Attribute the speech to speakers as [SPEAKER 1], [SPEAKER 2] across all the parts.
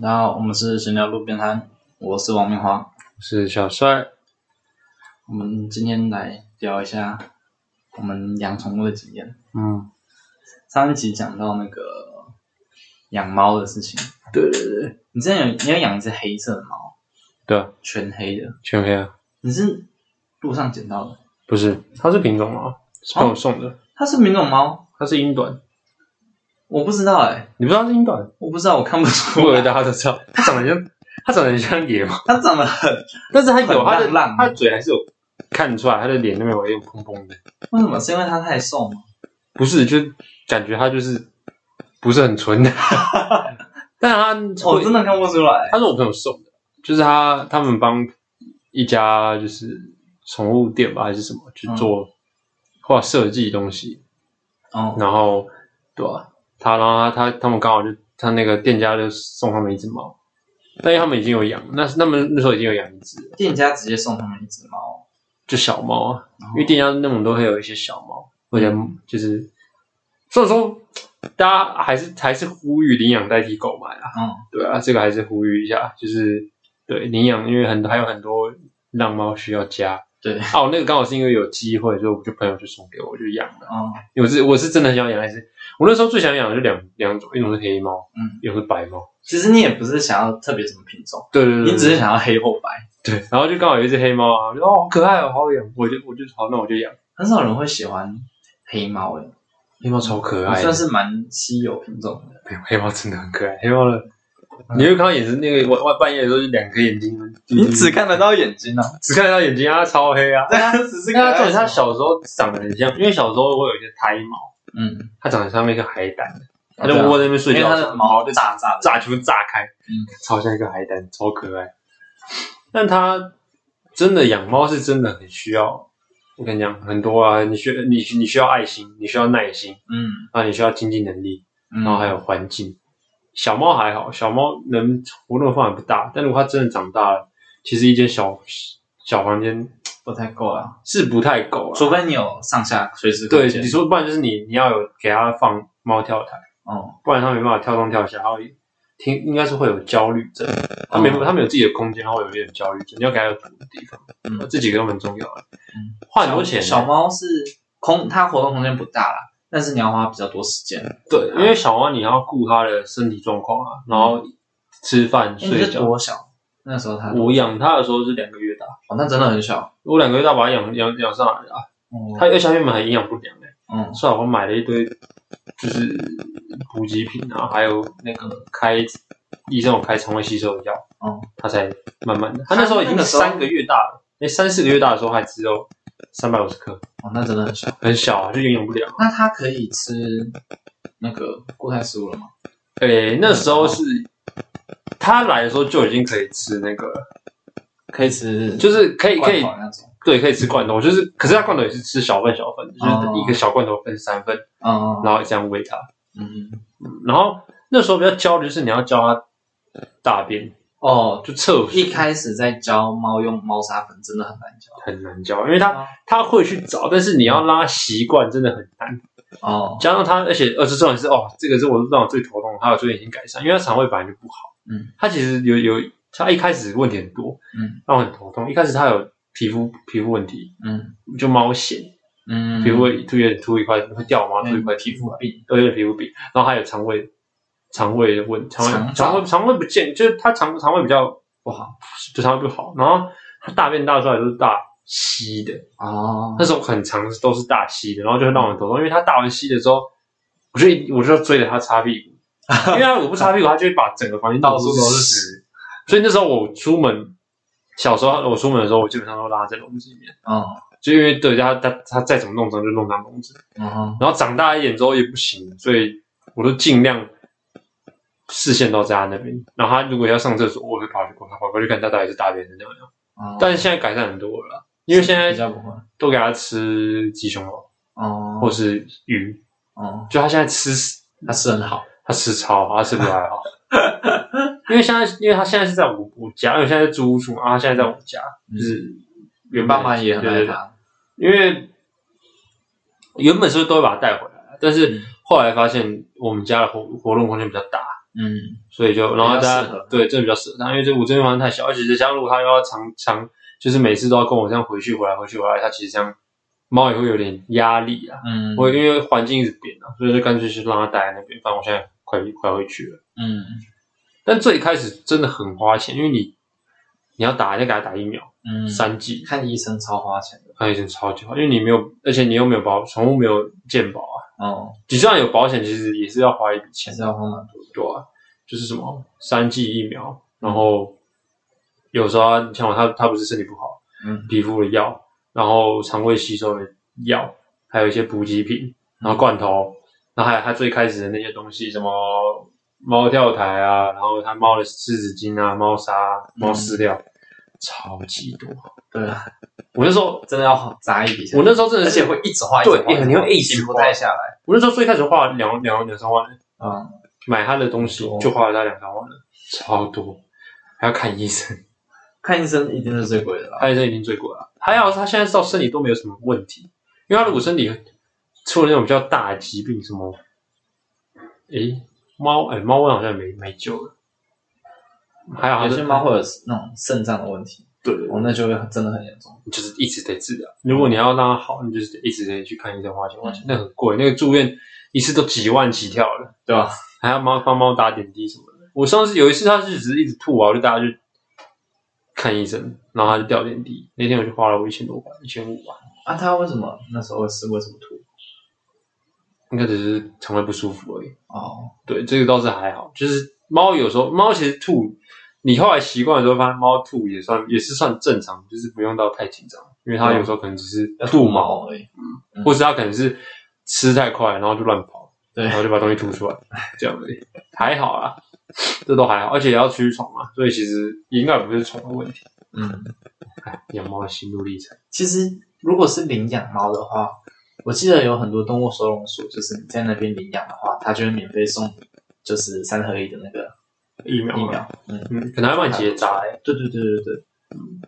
[SPEAKER 1] 大家好，我们是闲聊路边摊，我是王明华。
[SPEAKER 2] 我是小帅。
[SPEAKER 1] 我们今天来聊一下我们养宠物的经验。
[SPEAKER 2] 嗯，
[SPEAKER 1] 上一集讲到那个养猫的事情，
[SPEAKER 2] 对对对，
[SPEAKER 1] 你之前有你有养一只黑色的猫，
[SPEAKER 2] 对啊，
[SPEAKER 1] 全黑的，
[SPEAKER 2] 全黑啊，
[SPEAKER 1] 你是路上捡到的？
[SPEAKER 2] 不是，它是品种猫，是
[SPEAKER 1] 啊
[SPEAKER 2] 朋友送的，
[SPEAKER 1] 它是品种猫？
[SPEAKER 2] 它是英短，
[SPEAKER 1] 我不知道哎、
[SPEAKER 2] 你不知道它是英短？
[SPEAKER 1] 我不知道，我看不
[SPEAKER 2] 我
[SPEAKER 1] 出
[SPEAKER 2] 以为
[SPEAKER 1] 来。
[SPEAKER 2] 大家 都知道，它长得很像，它长得很像野猫，
[SPEAKER 1] 它长得很，
[SPEAKER 2] 但是它有它的
[SPEAKER 1] 很浪漫
[SPEAKER 2] 它的嘴还是有看得出来，它的脸那边有点蓬蓬的，
[SPEAKER 1] 为什么？是因为它太瘦吗？
[SPEAKER 2] 不是，就是感觉它就是不是很纯的， 但它
[SPEAKER 1] 我哦真的看不出来。
[SPEAKER 2] 它是我朋友送的，就是他他们帮一家就是宠物店吧还是什么去
[SPEAKER 1] 嗯
[SPEAKER 2] 做画设计东西，
[SPEAKER 1] 哦，
[SPEAKER 2] 然后对啊，他然后他他他们刚好就他那个店家就送他们一只猫，但因为他们已经有养，那那么那时候已经有养一只了
[SPEAKER 1] 店家直接送他们一只猫，
[SPEAKER 2] 就小猫啊，
[SPEAKER 1] 然
[SPEAKER 2] 因为店家那种都会有一些小猫，或者就是所以说大家还是还是呼吁领养代替购买啊。
[SPEAKER 1] 后
[SPEAKER 2] 对啊，这个还是呼吁一下，就是对领养，因为很还有很多浪猫需要家。
[SPEAKER 1] 对
[SPEAKER 2] 哦，那个刚好是因为有机会，所以我就朋友就送给我，我就养了。
[SPEAKER 1] 嗯
[SPEAKER 2] 因为我是我是真的很想养那只，我那时候最想养的就两两种，一种是黑猫，
[SPEAKER 1] 嗯，
[SPEAKER 2] 一种是白猫。
[SPEAKER 1] 其实你也不是想要特别什么品种。
[SPEAKER 2] 对对对，对
[SPEAKER 1] 你只是想要黑或白，
[SPEAKER 2] 对，然后就刚好有一只黑猫啊，我就哦好可爱哦，好好养，我就我就好，那我就养。
[SPEAKER 1] 很少人会喜欢黑猫欸诶、
[SPEAKER 2] 黑猫超可爱的，
[SPEAKER 1] 算是蛮稀有品种的。
[SPEAKER 2] 没有黑猫真的很可爱，黑猫的。你会看到眼睛，那个晚晚半夜的时候，就两颗眼睛，啊
[SPEAKER 1] 你只看得到眼 睛啊，
[SPEAKER 2] 只看得到眼睛啊，它超黑啊！
[SPEAKER 1] 它只是看
[SPEAKER 2] 那它重点，它小时候长得很像，因为小时候会有一些胎毛，
[SPEAKER 1] 嗯，
[SPEAKER 2] 它长得像那个海胆，它
[SPEAKER 1] 啊
[SPEAKER 2] 就窝在那边睡
[SPEAKER 1] 因为
[SPEAKER 2] 觉，
[SPEAKER 1] 它的毛炸炸的，
[SPEAKER 2] 炸全部炸开，
[SPEAKER 1] 嗯
[SPEAKER 2] 超像一个海胆，超可爱。但它真的养猫是真的很需要，我跟你讲很多啊，你需你你需要爱心，你需要耐心，
[SPEAKER 1] 嗯，
[SPEAKER 2] 啊，你需要经济能力，
[SPEAKER 1] 嗯
[SPEAKER 2] 然后还有环境。小猫还好，小猫能活动的范围不大，但如果它真的长大了，其实一间小小房间
[SPEAKER 1] 不太够啊，
[SPEAKER 2] 是不太够了。
[SPEAKER 1] 除非你有上下垂直空
[SPEAKER 2] 对，
[SPEAKER 1] 间
[SPEAKER 2] 你。说不然就是你你要有给它放猫跳台，
[SPEAKER 1] 哦，
[SPEAKER 2] 不然它没办法跳上跳下，它会听应该是会有焦虑症，它没它没有自己的空间，它会有一点焦虑症，你要给它有住的地方，
[SPEAKER 1] 嗯
[SPEAKER 2] 这几个都蛮重要的
[SPEAKER 1] 嗯，
[SPEAKER 2] 花很多钱呢，
[SPEAKER 1] 小小猫是空，它活动空间不大啦，但是你要花比较多时间。
[SPEAKER 2] 对，因为小猫你要顾它的身体状况啊，然后吃饭
[SPEAKER 1] 诶你
[SPEAKER 2] 睡
[SPEAKER 1] 是
[SPEAKER 2] 觉。
[SPEAKER 1] 多小？那时候它
[SPEAKER 2] 我养它的时候是两个月大，
[SPEAKER 1] 哦，那真的很小。
[SPEAKER 2] 我两个月大把它养养养上来的啊，
[SPEAKER 1] 哦
[SPEAKER 2] 它而且它原本还营养不良呢、
[SPEAKER 1] 嗯
[SPEAKER 2] 算了，我买了一堆就是补给品啊，还有那个开医生有开肠胃吸收的药，
[SPEAKER 1] 嗯，
[SPEAKER 2] 他才慢慢的。他那时候已经三个月大了，哎，三四个月大的时候还只有三百五十克，
[SPEAKER 1] 哦，那真的很小。
[SPEAKER 2] 很小啊，就营养不良。
[SPEAKER 1] 那它可以吃那个固态食物了吗？
[SPEAKER 2] 哎，那时候是他来的时候就已经可以吃那个了，
[SPEAKER 1] 可以吃，
[SPEAKER 2] 就是可以可以
[SPEAKER 1] 那种。
[SPEAKER 2] 对，可以吃罐头，就是可是他罐头也是吃小份小份，
[SPEAKER 1] 哦
[SPEAKER 2] 就是一个小罐头分三份，
[SPEAKER 1] 嗯
[SPEAKER 2] 然后这样喂它。
[SPEAKER 1] 嗯，
[SPEAKER 2] 然后那时候比较焦虑的是你要教它大便，
[SPEAKER 1] 哦，
[SPEAKER 2] 就厕所
[SPEAKER 1] 一开始在教猫用猫砂粉真的很难教。
[SPEAKER 2] 很难教，因为它它会去找，但是你要让它习惯真的很难。
[SPEAKER 1] 哦，
[SPEAKER 2] 加上它，而且而且重点是哦，这个是我让我最头痛的，还有最近已经改善，因为它肠胃本来就不好。
[SPEAKER 1] 嗯，
[SPEAKER 2] 它其实有有它一开始问题很多，
[SPEAKER 1] 嗯，
[SPEAKER 2] 让我很头痛。一开始它有皮肤皮肤问题，
[SPEAKER 1] 嗯
[SPEAKER 2] 就猫癣，
[SPEAKER 1] 嗯，哦
[SPEAKER 2] 皮肤会突然凸一块会掉毛，凸一块
[SPEAKER 1] 皮肤病，
[SPEAKER 2] 都有点皮肤病，然后还有肠胃肠胃的问肠胃
[SPEAKER 1] 肠
[SPEAKER 2] 肠胃肠胃不健，就是它肠肠胃比较
[SPEAKER 1] 不好
[SPEAKER 2] 就肠胃不好，然后它大便大出来都是大稀的，
[SPEAKER 1] 哦
[SPEAKER 2] 那时候很长都是大稀的，然后就会让我很头痛，因为它大完稀的时候，我就一我就追着它擦 屁股，因为它我不擦屁股，它就会把整个房间
[SPEAKER 1] 到处都是
[SPEAKER 2] 屎，所以那时候我出门，小时候我出门的时候，我基本上都拉在笼子里面，
[SPEAKER 1] 哦
[SPEAKER 2] 就因为对它它它再怎么弄脏就弄脏笼子，
[SPEAKER 1] 哦
[SPEAKER 2] 然后长大一点之后也不行，所以我都尽量视线都在他那边。然后他如果要上厕所，我会跑去过他跑过去看他到底是大便是那样。
[SPEAKER 1] 哦，
[SPEAKER 2] 但是现在改善很多了啦，因为现
[SPEAKER 1] 比
[SPEAKER 2] 在
[SPEAKER 1] 较不会
[SPEAKER 2] 都给他吃鸡胸肉
[SPEAKER 1] 哦
[SPEAKER 2] 或是鱼，
[SPEAKER 1] 哦，
[SPEAKER 2] 就他现在吃
[SPEAKER 1] 它吃很好
[SPEAKER 2] 他吃超好，他吃不太 好。因为现在，因为他现在是在我我家，因为我现在在租屋住嘛，然后他现在在我家，就是原
[SPEAKER 1] 嗯爸
[SPEAKER 2] 本
[SPEAKER 1] 妈也很
[SPEAKER 2] 对
[SPEAKER 1] 爱
[SPEAKER 2] 对对
[SPEAKER 1] 它，
[SPEAKER 2] 因为原本是都会把它带回来，但是
[SPEAKER 1] 嗯
[SPEAKER 2] 后来发现我们家的活活动空间比较大，
[SPEAKER 1] 嗯，
[SPEAKER 2] 所以就然后
[SPEAKER 1] 比较
[SPEAKER 2] 大
[SPEAKER 1] 适
[SPEAKER 2] 家
[SPEAKER 1] 合
[SPEAKER 2] 对这比较适合他，因为这五针房太小，而且这像如果他又要常常就是每次都要跟我这样回去回来回去回来，他其实这样猫也会有点压力啊。
[SPEAKER 1] 嗯，
[SPEAKER 2] 我因为环境一直变啊，所以就干脆是让它待在那边。反正我现在快快回去了。
[SPEAKER 1] 嗯
[SPEAKER 2] 但最开始真的很花钱，因为你你要打，你要给它打疫苗，
[SPEAKER 1] 嗯，
[SPEAKER 2] 三剂，
[SPEAKER 1] 看医生超花钱的
[SPEAKER 2] 看医生超级花，因为你没有，而且你又没有保，宠物没有健保啊。
[SPEAKER 1] 哦，
[SPEAKER 2] 你就算有保险，其实也是要花一笔
[SPEAKER 1] 还
[SPEAKER 2] 钱
[SPEAKER 1] 是要花蛮多。
[SPEAKER 2] 对啊，就是什么三剂疫苗，然后有时候啊像我他他不是身体不好，
[SPEAKER 1] 嗯
[SPEAKER 2] 皮肤的药，然后肠胃吸收的药，还有一些补给品，然后罐头，然后还有他最开始的那些东西，什么猫跳台啊，然后他猫的湿纸巾啊、猫砂、猫饲料，超级多。
[SPEAKER 1] 对啊，
[SPEAKER 2] 我那时候，
[SPEAKER 1] 真的要砸一笔钱。
[SPEAKER 2] 我那时候真的
[SPEAKER 1] 而
[SPEAKER 2] 是
[SPEAKER 1] 且会一直花，
[SPEAKER 2] 对
[SPEAKER 1] 一直花
[SPEAKER 2] 哎你会一直
[SPEAKER 1] 停不
[SPEAKER 2] 花
[SPEAKER 1] 太下来。
[SPEAKER 2] 我那时候最开始花了两两两三万，
[SPEAKER 1] 嗯，
[SPEAKER 2] 买他的东西
[SPEAKER 1] 多
[SPEAKER 2] 就花了他两三万了，超多，还要看医生。
[SPEAKER 1] 看医生一定是最贵的啦。
[SPEAKER 2] 他医生已经最过了，还好他现在到身体都没有什么问题，因为他如果身体出了那种比较大的疾病，什么，诶，猫，诶，猫瘟好像没没救了，还好他
[SPEAKER 1] 有
[SPEAKER 2] 是
[SPEAKER 1] 些猫会有那种肾脏的问题，
[SPEAKER 2] 对，
[SPEAKER 1] 我那就会很真的很严重。
[SPEAKER 2] 你就是一直得治疗。如果你要让它好，你就是得一直得去看医生花钱花钱，
[SPEAKER 1] 嗯
[SPEAKER 2] 那很贵，那个住院一次都几万起跳了。
[SPEAKER 1] 对吧？
[SPEAKER 2] 还要猫帮猫打点滴什么的。我上次有一次，它是只是一直吐啊，我就带它去看医生，然后它就掉点滴。那天我就花了我一千多块，一千五吧，
[SPEAKER 1] 啊，他为什么那时候是为什么吐？
[SPEAKER 2] 应该只是肠胃不舒服而已。
[SPEAKER 1] 哦，
[SPEAKER 2] 对，这个倒是还好。就是猫有时候猫其实吐，你后来习惯了之后，发现猫吐也算也是算正常，就是不用到太紧张，因为它有时候可能只是
[SPEAKER 1] 要
[SPEAKER 2] 吐毛，
[SPEAKER 1] 而已。
[SPEAKER 2] 或是它可能是吃太快，然后就乱跑。
[SPEAKER 1] 对
[SPEAKER 2] 然，后就把东西吐出来，这样而已，还好啦，这都还好，而且也要驱虫嘛，所以其实应该不是虫的问题。哎
[SPEAKER 1] 嗯，
[SPEAKER 2] 养猫的心路历程，
[SPEAKER 1] 其实如果是领养猫的话，我记得有很多动物收容所，就是你在那边领养的话，它就会免费送，就是三合一的那个
[SPEAKER 2] 疫苗
[SPEAKER 1] 疫
[SPEAKER 2] 嘛，
[SPEAKER 1] 苗。嗯，
[SPEAKER 2] 嗯，可能还帮你结扎、欸，
[SPEAKER 1] 对对对对对，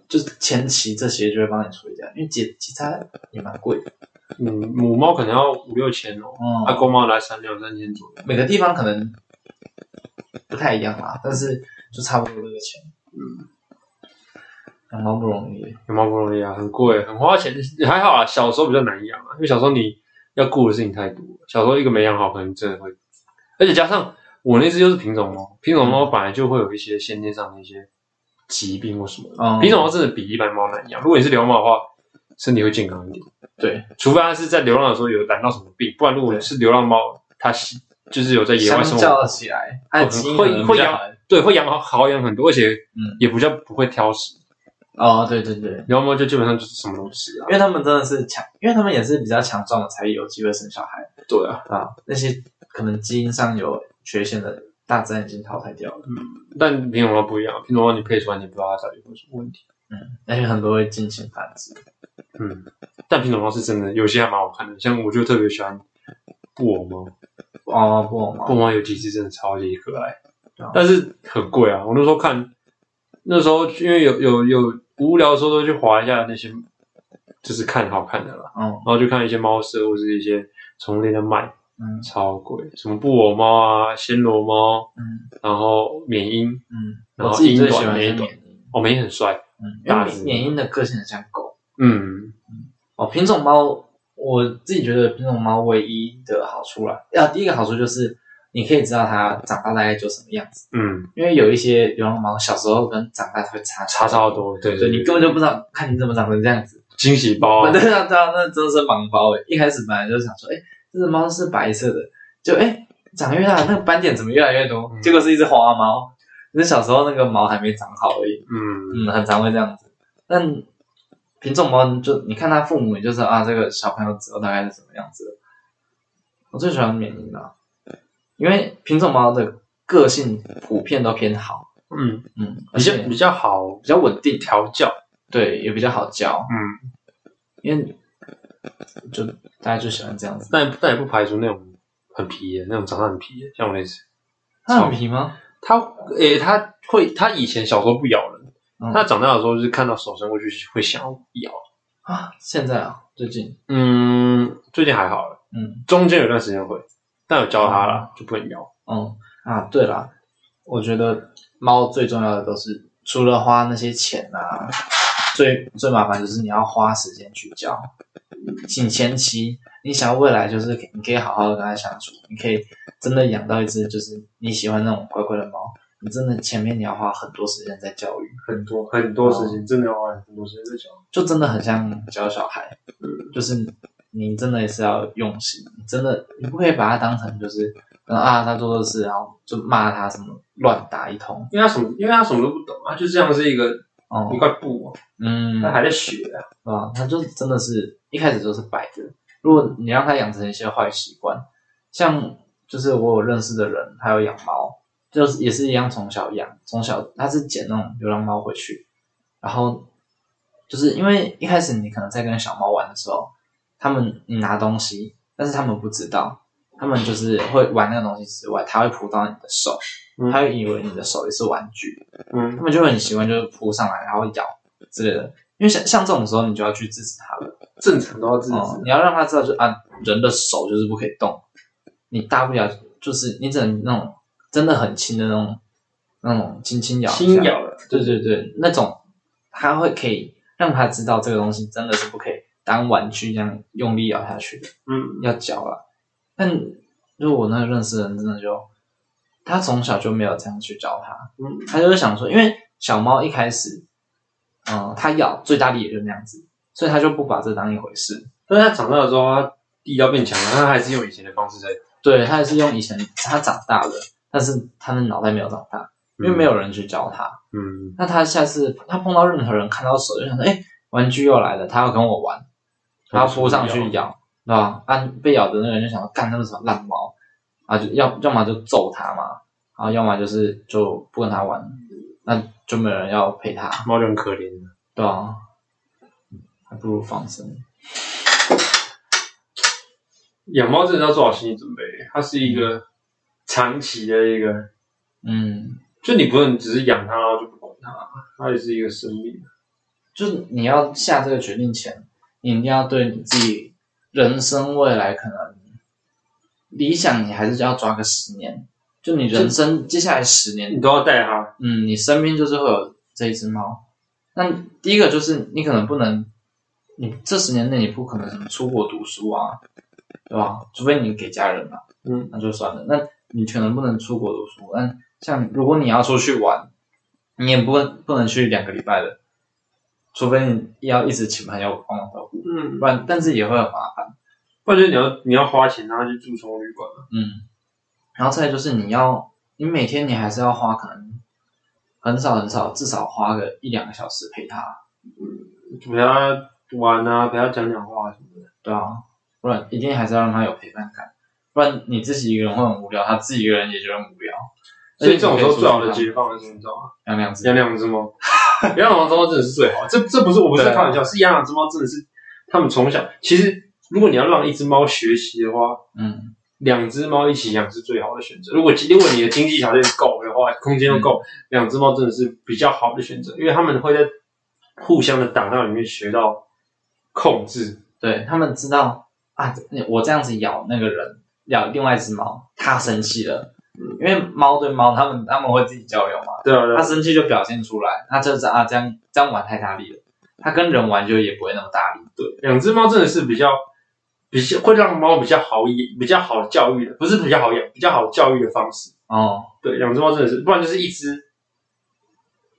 [SPEAKER 1] 就是前期这些就会帮你处理掉，因为结结扎也蛮贵的。
[SPEAKER 2] 嗯，母猫可能要五六千哦，啊，
[SPEAKER 1] 嗯，
[SPEAKER 2] 公猫来三两三千左右，
[SPEAKER 1] 每个地方可能不太一样啦，但是就差不多这个钱。嗯，养猫不容易。
[SPEAKER 2] 养猫不容易啊，很贵，很花钱，还好啊，小时候比较难养啊，因为小时候你要顾的事情太多了，小时候一个没养好，可能真的会，而且加上我那只就是品种猫，品种
[SPEAKER 1] 嗯
[SPEAKER 2] 猫本来就会有一些先天上的一些疾病或什么的。
[SPEAKER 1] 嗯，
[SPEAKER 2] 品种猫真的比一般猫难养。如果你是流浪猫的话，身体会健康一点，
[SPEAKER 1] 对，
[SPEAKER 2] 除非它是在流浪的时候有染到什么病，不然如果
[SPEAKER 1] 对
[SPEAKER 2] 是流浪猫，它是就是有在野外生
[SPEAKER 1] 相
[SPEAKER 2] 活，
[SPEAKER 1] 较起来，它的基因
[SPEAKER 2] 会
[SPEAKER 1] 可能
[SPEAKER 2] 会
[SPEAKER 1] 比较
[SPEAKER 2] 养
[SPEAKER 1] 好
[SPEAKER 2] 对，会养好好养很多，而且
[SPEAKER 1] 嗯
[SPEAKER 2] 也比较不会挑食。
[SPEAKER 1] 哦，对对对，
[SPEAKER 2] 流浪猫就基本上就是什么都吃啊
[SPEAKER 1] 因。为他们真的是强，因为他们也是比较强壮的，才有机会生小孩
[SPEAKER 2] 对啊，
[SPEAKER 1] 啊。那些可能基因上有缺陷的，大自然已经淘汰掉了。
[SPEAKER 2] 嗯但品种猫不一样，品种猫你配出来，你不知道它到底有什么问题。
[SPEAKER 1] 嗯，而且很多会进行繁殖。
[SPEAKER 2] 嗯，但品种猫是真的，有些还蛮好看的，像我就特别喜欢布偶猫。
[SPEAKER 1] 哦，布偶
[SPEAKER 2] 布
[SPEAKER 1] 猫，
[SPEAKER 2] 偶猫有几只真的超级可爱
[SPEAKER 1] 对啊，
[SPEAKER 2] 但是很贵啊。我那时候看，那时候因为有有有无聊的时候都去划一下那些，就是看好看的啦，
[SPEAKER 1] 嗯
[SPEAKER 2] 然后就看一些猫舍或是一些宠物店在卖，
[SPEAKER 1] 嗯
[SPEAKER 2] 超贵，什么布偶猫啊、暹罗猫，
[SPEAKER 1] 嗯
[SPEAKER 2] 然后缅因，
[SPEAKER 1] 嗯，
[SPEAKER 2] 然
[SPEAKER 1] 我
[SPEAKER 2] 后
[SPEAKER 1] 自己最喜
[SPEAKER 2] 英短
[SPEAKER 1] 欢的是
[SPEAKER 2] 美短
[SPEAKER 1] 缅因，
[SPEAKER 2] 哦，缅因很帅，
[SPEAKER 1] 嗯，因
[SPEAKER 2] 大
[SPEAKER 1] 为
[SPEAKER 2] 只
[SPEAKER 1] 缅因的个性很像狗。
[SPEAKER 2] 嗯，
[SPEAKER 1] 哦，品种猫，我自己觉得品种猫唯一的好处啦，啊，第一个好处就是你可以知道它长大大概就什么样子，
[SPEAKER 2] 嗯，
[SPEAKER 1] 因为有一些流浪猫小时候跟长大会差
[SPEAKER 2] 差超多，对
[SPEAKER 1] 对
[SPEAKER 2] 对，
[SPEAKER 1] 你根本就不知道，看你怎么长成这样子。
[SPEAKER 2] 惊喜包
[SPEAKER 1] 我
[SPEAKER 2] 啊，
[SPEAKER 1] 对啊，对啊，那真的是盲包诶。一开始本来就想说，哎，这只猫是白色的，就哎，诶长越大那个斑点怎么越来越多？
[SPEAKER 2] 嗯
[SPEAKER 1] 结果是一只花猫，那小时候那个毛还没长好而已。
[SPEAKER 2] 嗯，
[SPEAKER 1] 嗯，很常会这样子。但品种猫就你看它父母，你就知道啊，这个小朋友之后大概是什么样子了。我最喜欢缅因了，因为品种猫的个性普遍都偏好，
[SPEAKER 2] 嗯，
[SPEAKER 1] 嗯，而
[SPEAKER 2] 比较
[SPEAKER 1] 且
[SPEAKER 2] 比较好
[SPEAKER 1] 比较稳定，
[SPEAKER 2] 调教，
[SPEAKER 1] 对，也比较好教。
[SPEAKER 2] 嗯，
[SPEAKER 1] 因为就大家就喜欢这样子。
[SPEAKER 2] 但但也不排除那种很皮的，那种长得很皮的，像我那只。
[SPEAKER 1] 它很皮吗？
[SPEAKER 2] 它诶、它会，它以前小时候不咬人，
[SPEAKER 1] 嗯
[SPEAKER 2] 它长大的时候就是看到手伸过去会想要咬。
[SPEAKER 1] 啊，现在啊，最近，
[SPEAKER 2] 嗯，最近还好了，
[SPEAKER 1] 嗯
[SPEAKER 2] 嗯中间有段时间会，但有教它了，就不能咬。
[SPEAKER 1] 嗯啊，对啦，我觉得猫最重要的都是除了花那些钱啊，最最麻烦就是你要花时间去教。请前期你想要未来就是你可以好好的跟它相处，你可以真的养到一只就是你喜欢那种乖乖的猫，你真的前面你要花很多时间在教育，
[SPEAKER 2] 很多很多时间，真的要花很多时间在讲。
[SPEAKER 1] 就真的很像教小孩，就是你真的也是要用心，你真的你不可以把它当成就是嗯啊他做错事，然后就骂他什么乱打一通，
[SPEAKER 2] 因为他什么，因为他什么都不懂啊，就这样是一个
[SPEAKER 1] 哦
[SPEAKER 2] 一块布啊，
[SPEAKER 1] 嗯，
[SPEAKER 2] 他还在学啊。
[SPEAKER 1] 对吧？他就真的是一开始就是摆着。如果你让他养成一些坏习惯，像就是我有认识的人，他有养猫，就是也是一样从小养，从小他是捡那种流浪猫回去，然后就是因为一开始你可能在跟小猫玩的时候，他们你拿东西，但是他们不知道，他们就是会玩那个东西之外，他会扑到你的手，
[SPEAKER 2] 嗯
[SPEAKER 1] 他会以为你的手也是玩具，
[SPEAKER 2] 嗯
[SPEAKER 1] 他们就会很习惯，就是扑上来然后咬之类的。因为像像这种时候，你就要去制止他了。
[SPEAKER 2] 正常都要制止。
[SPEAKER 1] 哦，你要让他知道就，啊，人的手就是不可以动。你大不了就是你只能那种真的很轻的那种，那种轻轻咬一下
[SPEAKER 2] 轻。咬了，
[SPEAKER 1] 对对对，那种他会可以让他知道这个东西真的是不可以当玩具一样用力咬下去的。
[SPEAKER 2] 嗯，
[SPEAKER 1] 要教了。但就我那个认识的人，真的就他从小就没有这样去教他，
[SPEAKER 2] 嗯
[SPEAKER 1] 他就是想说，因为小猫一开始，嗯、它咬最大力也就那样子，所以他就不把这当一回事。
[SPEAKER 2] 但是他长大了之后，他力道变强了，他还是用以前的方式在，
[SPEAKER 1] 对他也是用以前他长大了，但是他的脑袋没有长大，因为没
[SPEAKER 2] 有，
[SPEAKER 1] 有人去教他。
[SPEAKER 2] 嗯，
[SPEAKER 1] 那他下次他碰到任何人看到手就想说，哎、玩具又来了，他要跟我玩，他要扑上去咬，对吧？啊，被咬的那个人就想说，干那个什么烂猫啊，就要要么就揍他嘛，啊，要么就是就不跟他玩，那就没有人要陪他，
[SPEAKER 2] 猫就很可怜的，
[SPEAKER 1] 对啊，还不如放生。
[SPEAKER 2] 养猫真的要做好心理准备，它是一个长期的一个，
[SPEAKER 1] 嗯，
[SPEAKER 2] 就你不能只是养它然后就不管它，它也是一个生命。
[SPEAKER 1] 就是你要下这个决定前，你一定要对你自己人生未来可能理想，你还是要抓个十年。就你人生接下来十年，
[SPEAKER 2] 你都要带它，
[SPEAKER 1] 嗯，你身边就是会有这一只猫。那第一个就是你可能不能，你这十年内你不可能什么出国读书啊，对吧？除非你给家人嘛，
[SPEAKER 2] 嗯，
[SPEAKER 1] 那就算了。那你可能不能出国读书，但像如果你要出去玩，你也不能不能去两个礼拜的，除非你要一直请朋友帮忙照顾，
[SPEAKER 2] 嗯，
[SPEAKER 1] 不然但是也会很麻烦。
[SPEAKER 2] 或者你要你要花钱让它去住宠物旅馆，
[SPEAKER 1] 嗯，然后再来就是你要，你每天你还是要花，可能很少很少，至少花个一两个小时陪他，
[SPEAKER 2] 陪它玩啊，陪它讲讲话什么的。
[SPEAKER 1] 对啊，不然一定还是要让他有陪伴感，不然你自己一个人会很无聊，他自己一个人也觉得很无聊。
[SPEAKER 2] 所哎以这种时候最好的
[SPEAKER 1] 结
[SPEAKER 2] 解放是什么？你知道吗？
[SPEAKER 1] 养两只，
[SPEAKER 2] 养两只 猫，养两只猫真的是最好。这这不是我不是在开玩笑，是养两只猫真的是他们从小其实，如果你要让一只猫学习的话，
[SPEAKER 1] 嗯
[SPEAKER 2] 两只猫一起养是最好的选择。如果如果你的经济条件够的话，空间又够，两只猫真的是比较好的选择，因为他们会在互相的打闹里面学到控制。
[SPEAKER 1] 对他们知道啊，我这样子咬那个人，咬另外一只猫，他生气了，因为猫对猫，他们他们会自己交流嘛。
[SPEAKER 2] 对啊，对
[SPEAKER 1] 他
[SPEAKER 2] 啊
[SPEAKER 1] 生气就表现出来，他就是啊，这样这样玩太大力了。他跟人玩就也不会那么大力，
[SPEAKER 2] 对，两只猫真的是比较。比较会让猫比较好养，比较好教育的，不是比较好养，比较好教育的方式。
[SPEAKER 1] 哦，
[SPEAKER 2] 对，两只猫真的是，不然就是一只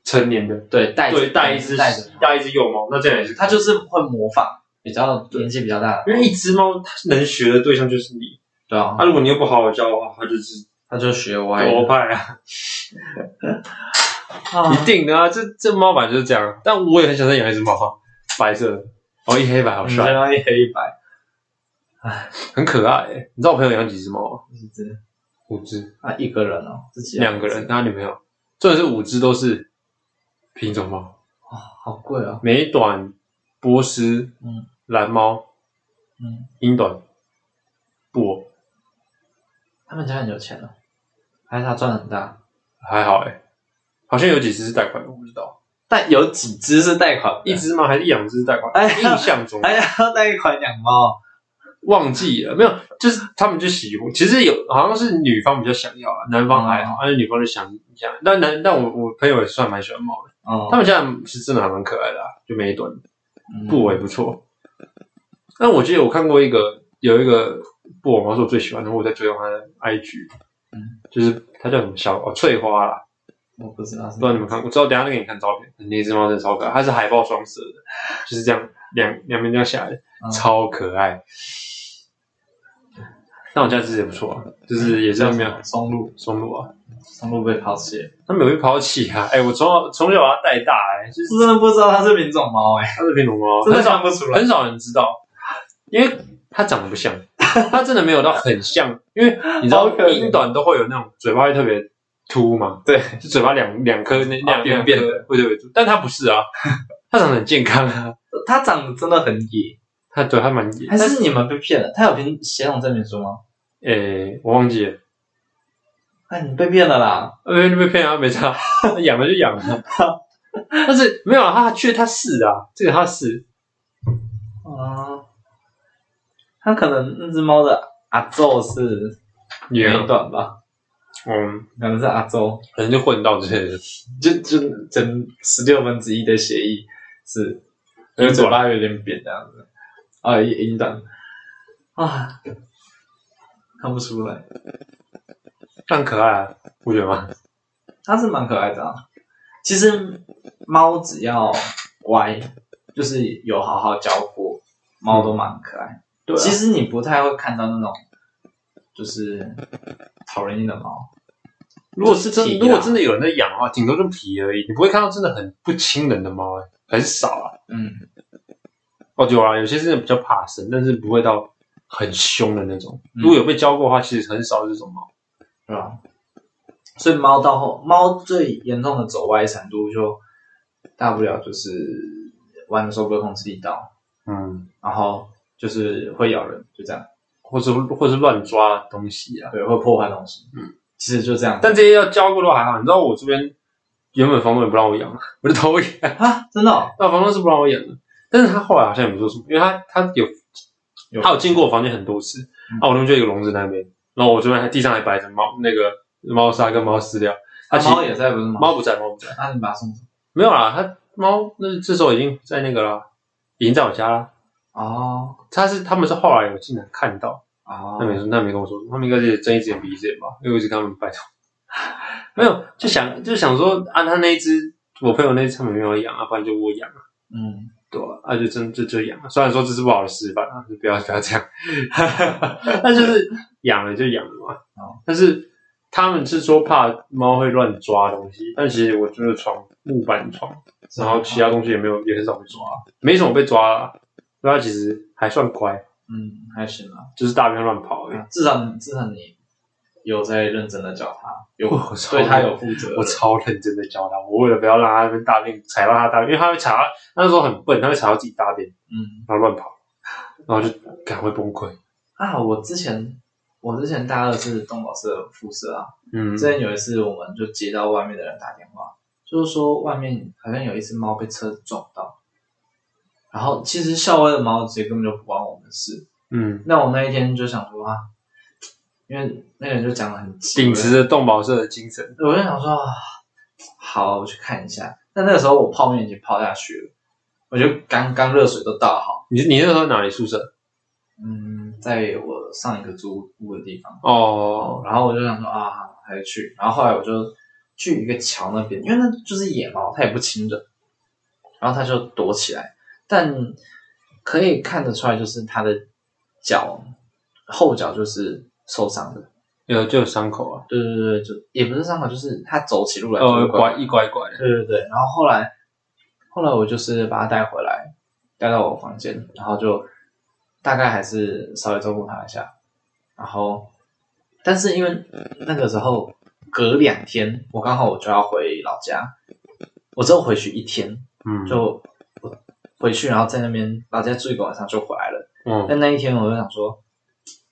[SPEAKER 2] 成年的，
[SPEAKER 1] 对，带
[SPEAKER 2] 对，带一
[SPEAKER 1] 只
[SPEAKER 2] 只
[SPEAKER 1] 带着，
[SPEAKER 2] 带一只幼猫，那这样也是，
[SPEAKER 1] 他就是会模仿比较年纪比较大的，
[SPEAKER 2] 因为一只猫它能学的对象就是你，
[SPEAKER 1] 对啊
[SPEAKER 2] 那、，如果你又不好好教的话，它就是
[SPEAKER 1] 他就学歪
[SPEAKER 2] 狗
[SPEAKER 1] 了，
[SPEAKER 2] 派啊，
[SPEAKER 1] 啊
[SPEAKER 2] 一定的啊，这这猫版就是这样。但我也很想再养一只猫，啊白色的，哦，一黑白好
[SPEAKER 1] 你这
[SPEAKER 2] 帅，
[SPEAKER 1] 样一黑一白，
[SPEAKER 2] 很可爱欸。你知道我朋友养几只猫吗？
[SPEAKER 1] 一只
[SPEAKER 2] 五只，
[SPEAKER 1] 啊一个人哦，自己
[SPEAKER 2] 两个人，他女朋友，重点是五只都是品种猫，
[SPEAKER 1] 哦，好贵哦，
[SPEAKER 2] 美短、波斯、
[SPEAKER 1] 嗯
[SPEAKER 2] 蓝猫、
[SPEAKER 1] 嗯，
[SPEAKER 2] 英短、布偶。
[SPEAKER 1] 他们家很有钱哦，还是他赚得很大，
[SPEAKER 2] 还好哎、好像有几只是贷款的，我不知道，
[SPEAKER 1] 但有几只是贷款的，
[SPEAKER 2] 一只吗？还是一两只是贷款？
[SPEAKER 1] 哎呀
[SPEAKER 2] 印象中，
[SPEAKER 1] 还要贷款养猫，
[SPEAKER 2] 忘记了，没有，就是他们就喜欢，其实有好像是女方比较想要啊，男方还
[SPEAKER 1] 嗯
[SPEAKER 2] 好，但是女方就想想，但男但我我朋友也算蛮喜欢猫的，
[SPEAKER 1] 哦，
[SPEAKER 2] 他们现在是真的还蛮可爱的、啊，就美短
[SPEAKER 1] 嗯
[SPEAKER 2] 布偶也不错。但我记得我看过一个有一个布偶猫是我最喜欢的，我在追踪它的 IG，
[SPEAKER 1] 嗯
[SPEAKER 2] 就是它叫什么小哦翠花啦，
[SPEAKER 1] 我不知道
[SPEAKER 2] 不
[SPEAKER 1] 是
[SPEAKER 2] 知道你们看过，之后等一下再给你看照片。那只猫真的超可爱，它是海豹双色的，就是这样两两边这样下来，
[SPEAKER 1] 嗯
[SPEAKER 2] 超可爱。那我家这只也不错啊，就是也是没有
[SPEAKER 1] 松露，
[SPEAKER 2] 松露啊，
[SPEAKER 1] 松露被抛弃了，
[SPEAKER 2] 它没有被抛弃啊。哎、我从小从小把它带大、哎，就是
[SPEAKER 1] 真的不知道它是品种猫哎，
[SPEAKER 2] 它是品种猫，
[SPEAKER 1] 真
[SPEAKER 2] 很
[SPEAKER 1] 的
[SPEAKER 2] 少
[SPEAKER 1] 看不出来。
[SPEAKER 2] 很少人知道，因为它长得不像， 它真的没有到很像，因为你知道
[SPEAKER 1] 好可怜
[SPEAKER 2] 英短都会有那种嘴巴会特别凸嘛，
[SPEAKER 1] 对，啊
[SPEAKER 2] 就嘴巴两两颗那两
[SPEAKER 1] 扁
[SPEAKER 2] 两边
[SPEAKER 1] 扁
[SPEAKER 2] 的会特别凸，但它 不是啊，它长得很健康啊，
[SPEAKER 1] 它长得真的很野，
[SPEAKER 2] 它对它蛮野，
[SPEAKER 1] 还是你们被骗了？它有凭血统证明书吗？
[SPEAKER 2] 诶、我忘记了，
[SPEAKER 1] 哎，你被骗了啦！
[SPEAKER 2] 呃，被骗啊，没 差，养了就 养了，但是没有啊，它确它是啊，这个它是，
[SPEAKER 1] 啊，它可能那只猫的阿宙是
[SPEAKER 2] 女
[SPEAKER 1] 美
[SPEAKER 2] 儿，
[SPEAKER 1] 短吧，
[SPEAKER 2] 嗯，
[SPEAKER 1] 可能是阿宙，
[SPEAKER 2] 可能就混到之类的，
[SPEAKER 1] 就就整十六分之一的血液是，因为嘴巴有点扁这样子，啊，英英短啊，看不出来，
[SPEAKER 2] 但很可爱啊，不觉得吗？
[SPEAKER 1] 它是蛮可爱的、啊。其实猫只要乖，就是有好好教过，猫都蛮可爱。
[SPEAKER 2] 对啊
[SPEAKER 1] 其实你不太会看到那种就是讨人厌的猫，
[SPEAKER 2] 如果是
[SPEAKER 1] 皮啦
[SPEAKER 2] 真，如果真的有人在养的话，顶多就皮而已，你不会看到真的很不亲人的猫、欸，很少啊。
[SPEAKER 1] 嗯
[SPEAKER 2] 哦，有啊，有些真的比较怕生，但是不会到很凶的那种。
[SPEAKER 1] 嗯
[SPEAKER 2] 如果有被教过的话，其实很少这种猫。
[SPEAKER 1] 是吧？所以猫到后，猫最严重的走歪程度就大不了就是玩的时候被控制力道，
[SPEAKER 2] 嗯，
[SPEAKER 1] 然后就是会咬人，就这样，
[SPEAKER 2] 或者或是乱抓东西啊。
[SPEAKER 1] 对，会破坏东西，
[SPEAKER 2] 嗯，
[SPEAKER 1] 其实就这样。
[SPEAKER 2] 但这些要教过的话还好，你知道我这边原本房东也不让我养，我就偷养。
[SPEAKER 1] 啊，真的、哦、
[SPEAKER 2] 那房东是不让我养的，但是他后来好像也没做什么，因为他他有
[SPEAKER 1] 有啊嗯
[SPEAKER 2] 他有进过我房间很多次，啊，我那边就有一个笼子那边，然后我这边还地上还摆着猫那个猫砂跟猫饲料，他
[SPEAKER 1] 啊
[SPEAKER 2] 其实
[SPEAKER 1] 猫也在不是吗？啊
[SPEAKER 2] 猫不在，猫不在，
[SPEAKER 1] 那你把它送走。
[SPEAKER 2] 没有啦，它猫那这时候已经在那个啦，已经在我家啦。
[SPEAKER 1] 哦
[SPEAKER 2] 它是他们是后来有进来看到，
[SPEAKER 1] 哦
[SPEAKER 2] 那，没那没跟我说，他们应该是睁一只眼闭一只眼吧，因为我一直跟他们拜托， 没有就想就想说啊，他那一只我朋友那一只他们没有养啊，不然就我养啊，
[SPEAKER 1] 嗯，
[SPEAKER 2] 对啊，啊就真就就养啊，虽然说这是不好的示范啊，就不要不要这样， 但就是养了就养了嘛，
[SPEAKER 1] 哦
[SPEAKER 2] 但是他们是说怕猫会乱抓东西，但其实我就是床木板床。然后其他东西也没有，也很少被抓，啊没什么被抓啦。所以它其实还算乖，
[SPEAKER 1] 嗯还行啦，啊
[SPEAKER 2] 就是大便乱跑而已。
[SPEAKER 1] 至少你至少你有在认真的教它，有
[SPEAKER 2] 我操
[SPEAKER 1] 对它有负责任。
[SPEAKER 2] 嗯我超认真的教它，我为了不要让它那边大便踩到它大便，因为它会踩到，那时候很笨，它会踩到自己大便，
[SPEAKER 1] 嗯
[SPEAKER 2] 然后乱跑，然后就赶会崩溃。
[SPEAKER 1] 啊，我之前我之前大二是动保社副社啊，
[SPEAKER 2] 嗯
[SPEAKER 1] 之前有一次我们就接到外面的人打电话，就是说外面好像有一只猫被车撞到，然后其实校外的猫其实根本就不关我们的事。
[SPEAKER 2] 嗯，
[SPEAKER 1] 那我那一天就想说啊，因为那个人就讲的很急
[SPEAKER 2] 秉持着动保社的精神，
[SPEAKER 1] 我就想说，啊好，我去看一下。但那个时候我泡面已经泡下去了，我就刚刚热水都倒好，
[SPEAKER 2] 你你那时候哪里宿舍？
[SPEAKER 1] 嗯，在我上一个租屋的地方，
[SPEAKER 2] 哦，
[SPEAKER 1] 然后我就想说啊，还是去。然后后来我就去一个桥那边，因为那就是野猫，它也不亲人，然后它就躲起来，但可以看得出来，就是它的脚后脚就是受伤的，
[SPEAKER 2] 有就有伤口啊，
[SPEAKER 1] 对对对，就也不是伤口，就是它走起路来就
[SPEAKER 2] 哦，
[SPEAKER 1] 是
[SPEAKER 2] 拐一拐拐的，
[SPEAKER 1] 对对对，然后后来，后来我就是把它带回来，带到我房间，然后就大概还是稍微照顾它一下，然后，但是因为那个时候隔两天，我刚好我就要回老家，我只有回去一天，
[SPEAKER 2] 嗯，
[SPEAKER 1] 就我回去，然后在那边老家住一个晚上就回来了。
[SPEAKER 2] 嗯
[SPEAKER 1] 但那一天我就想说，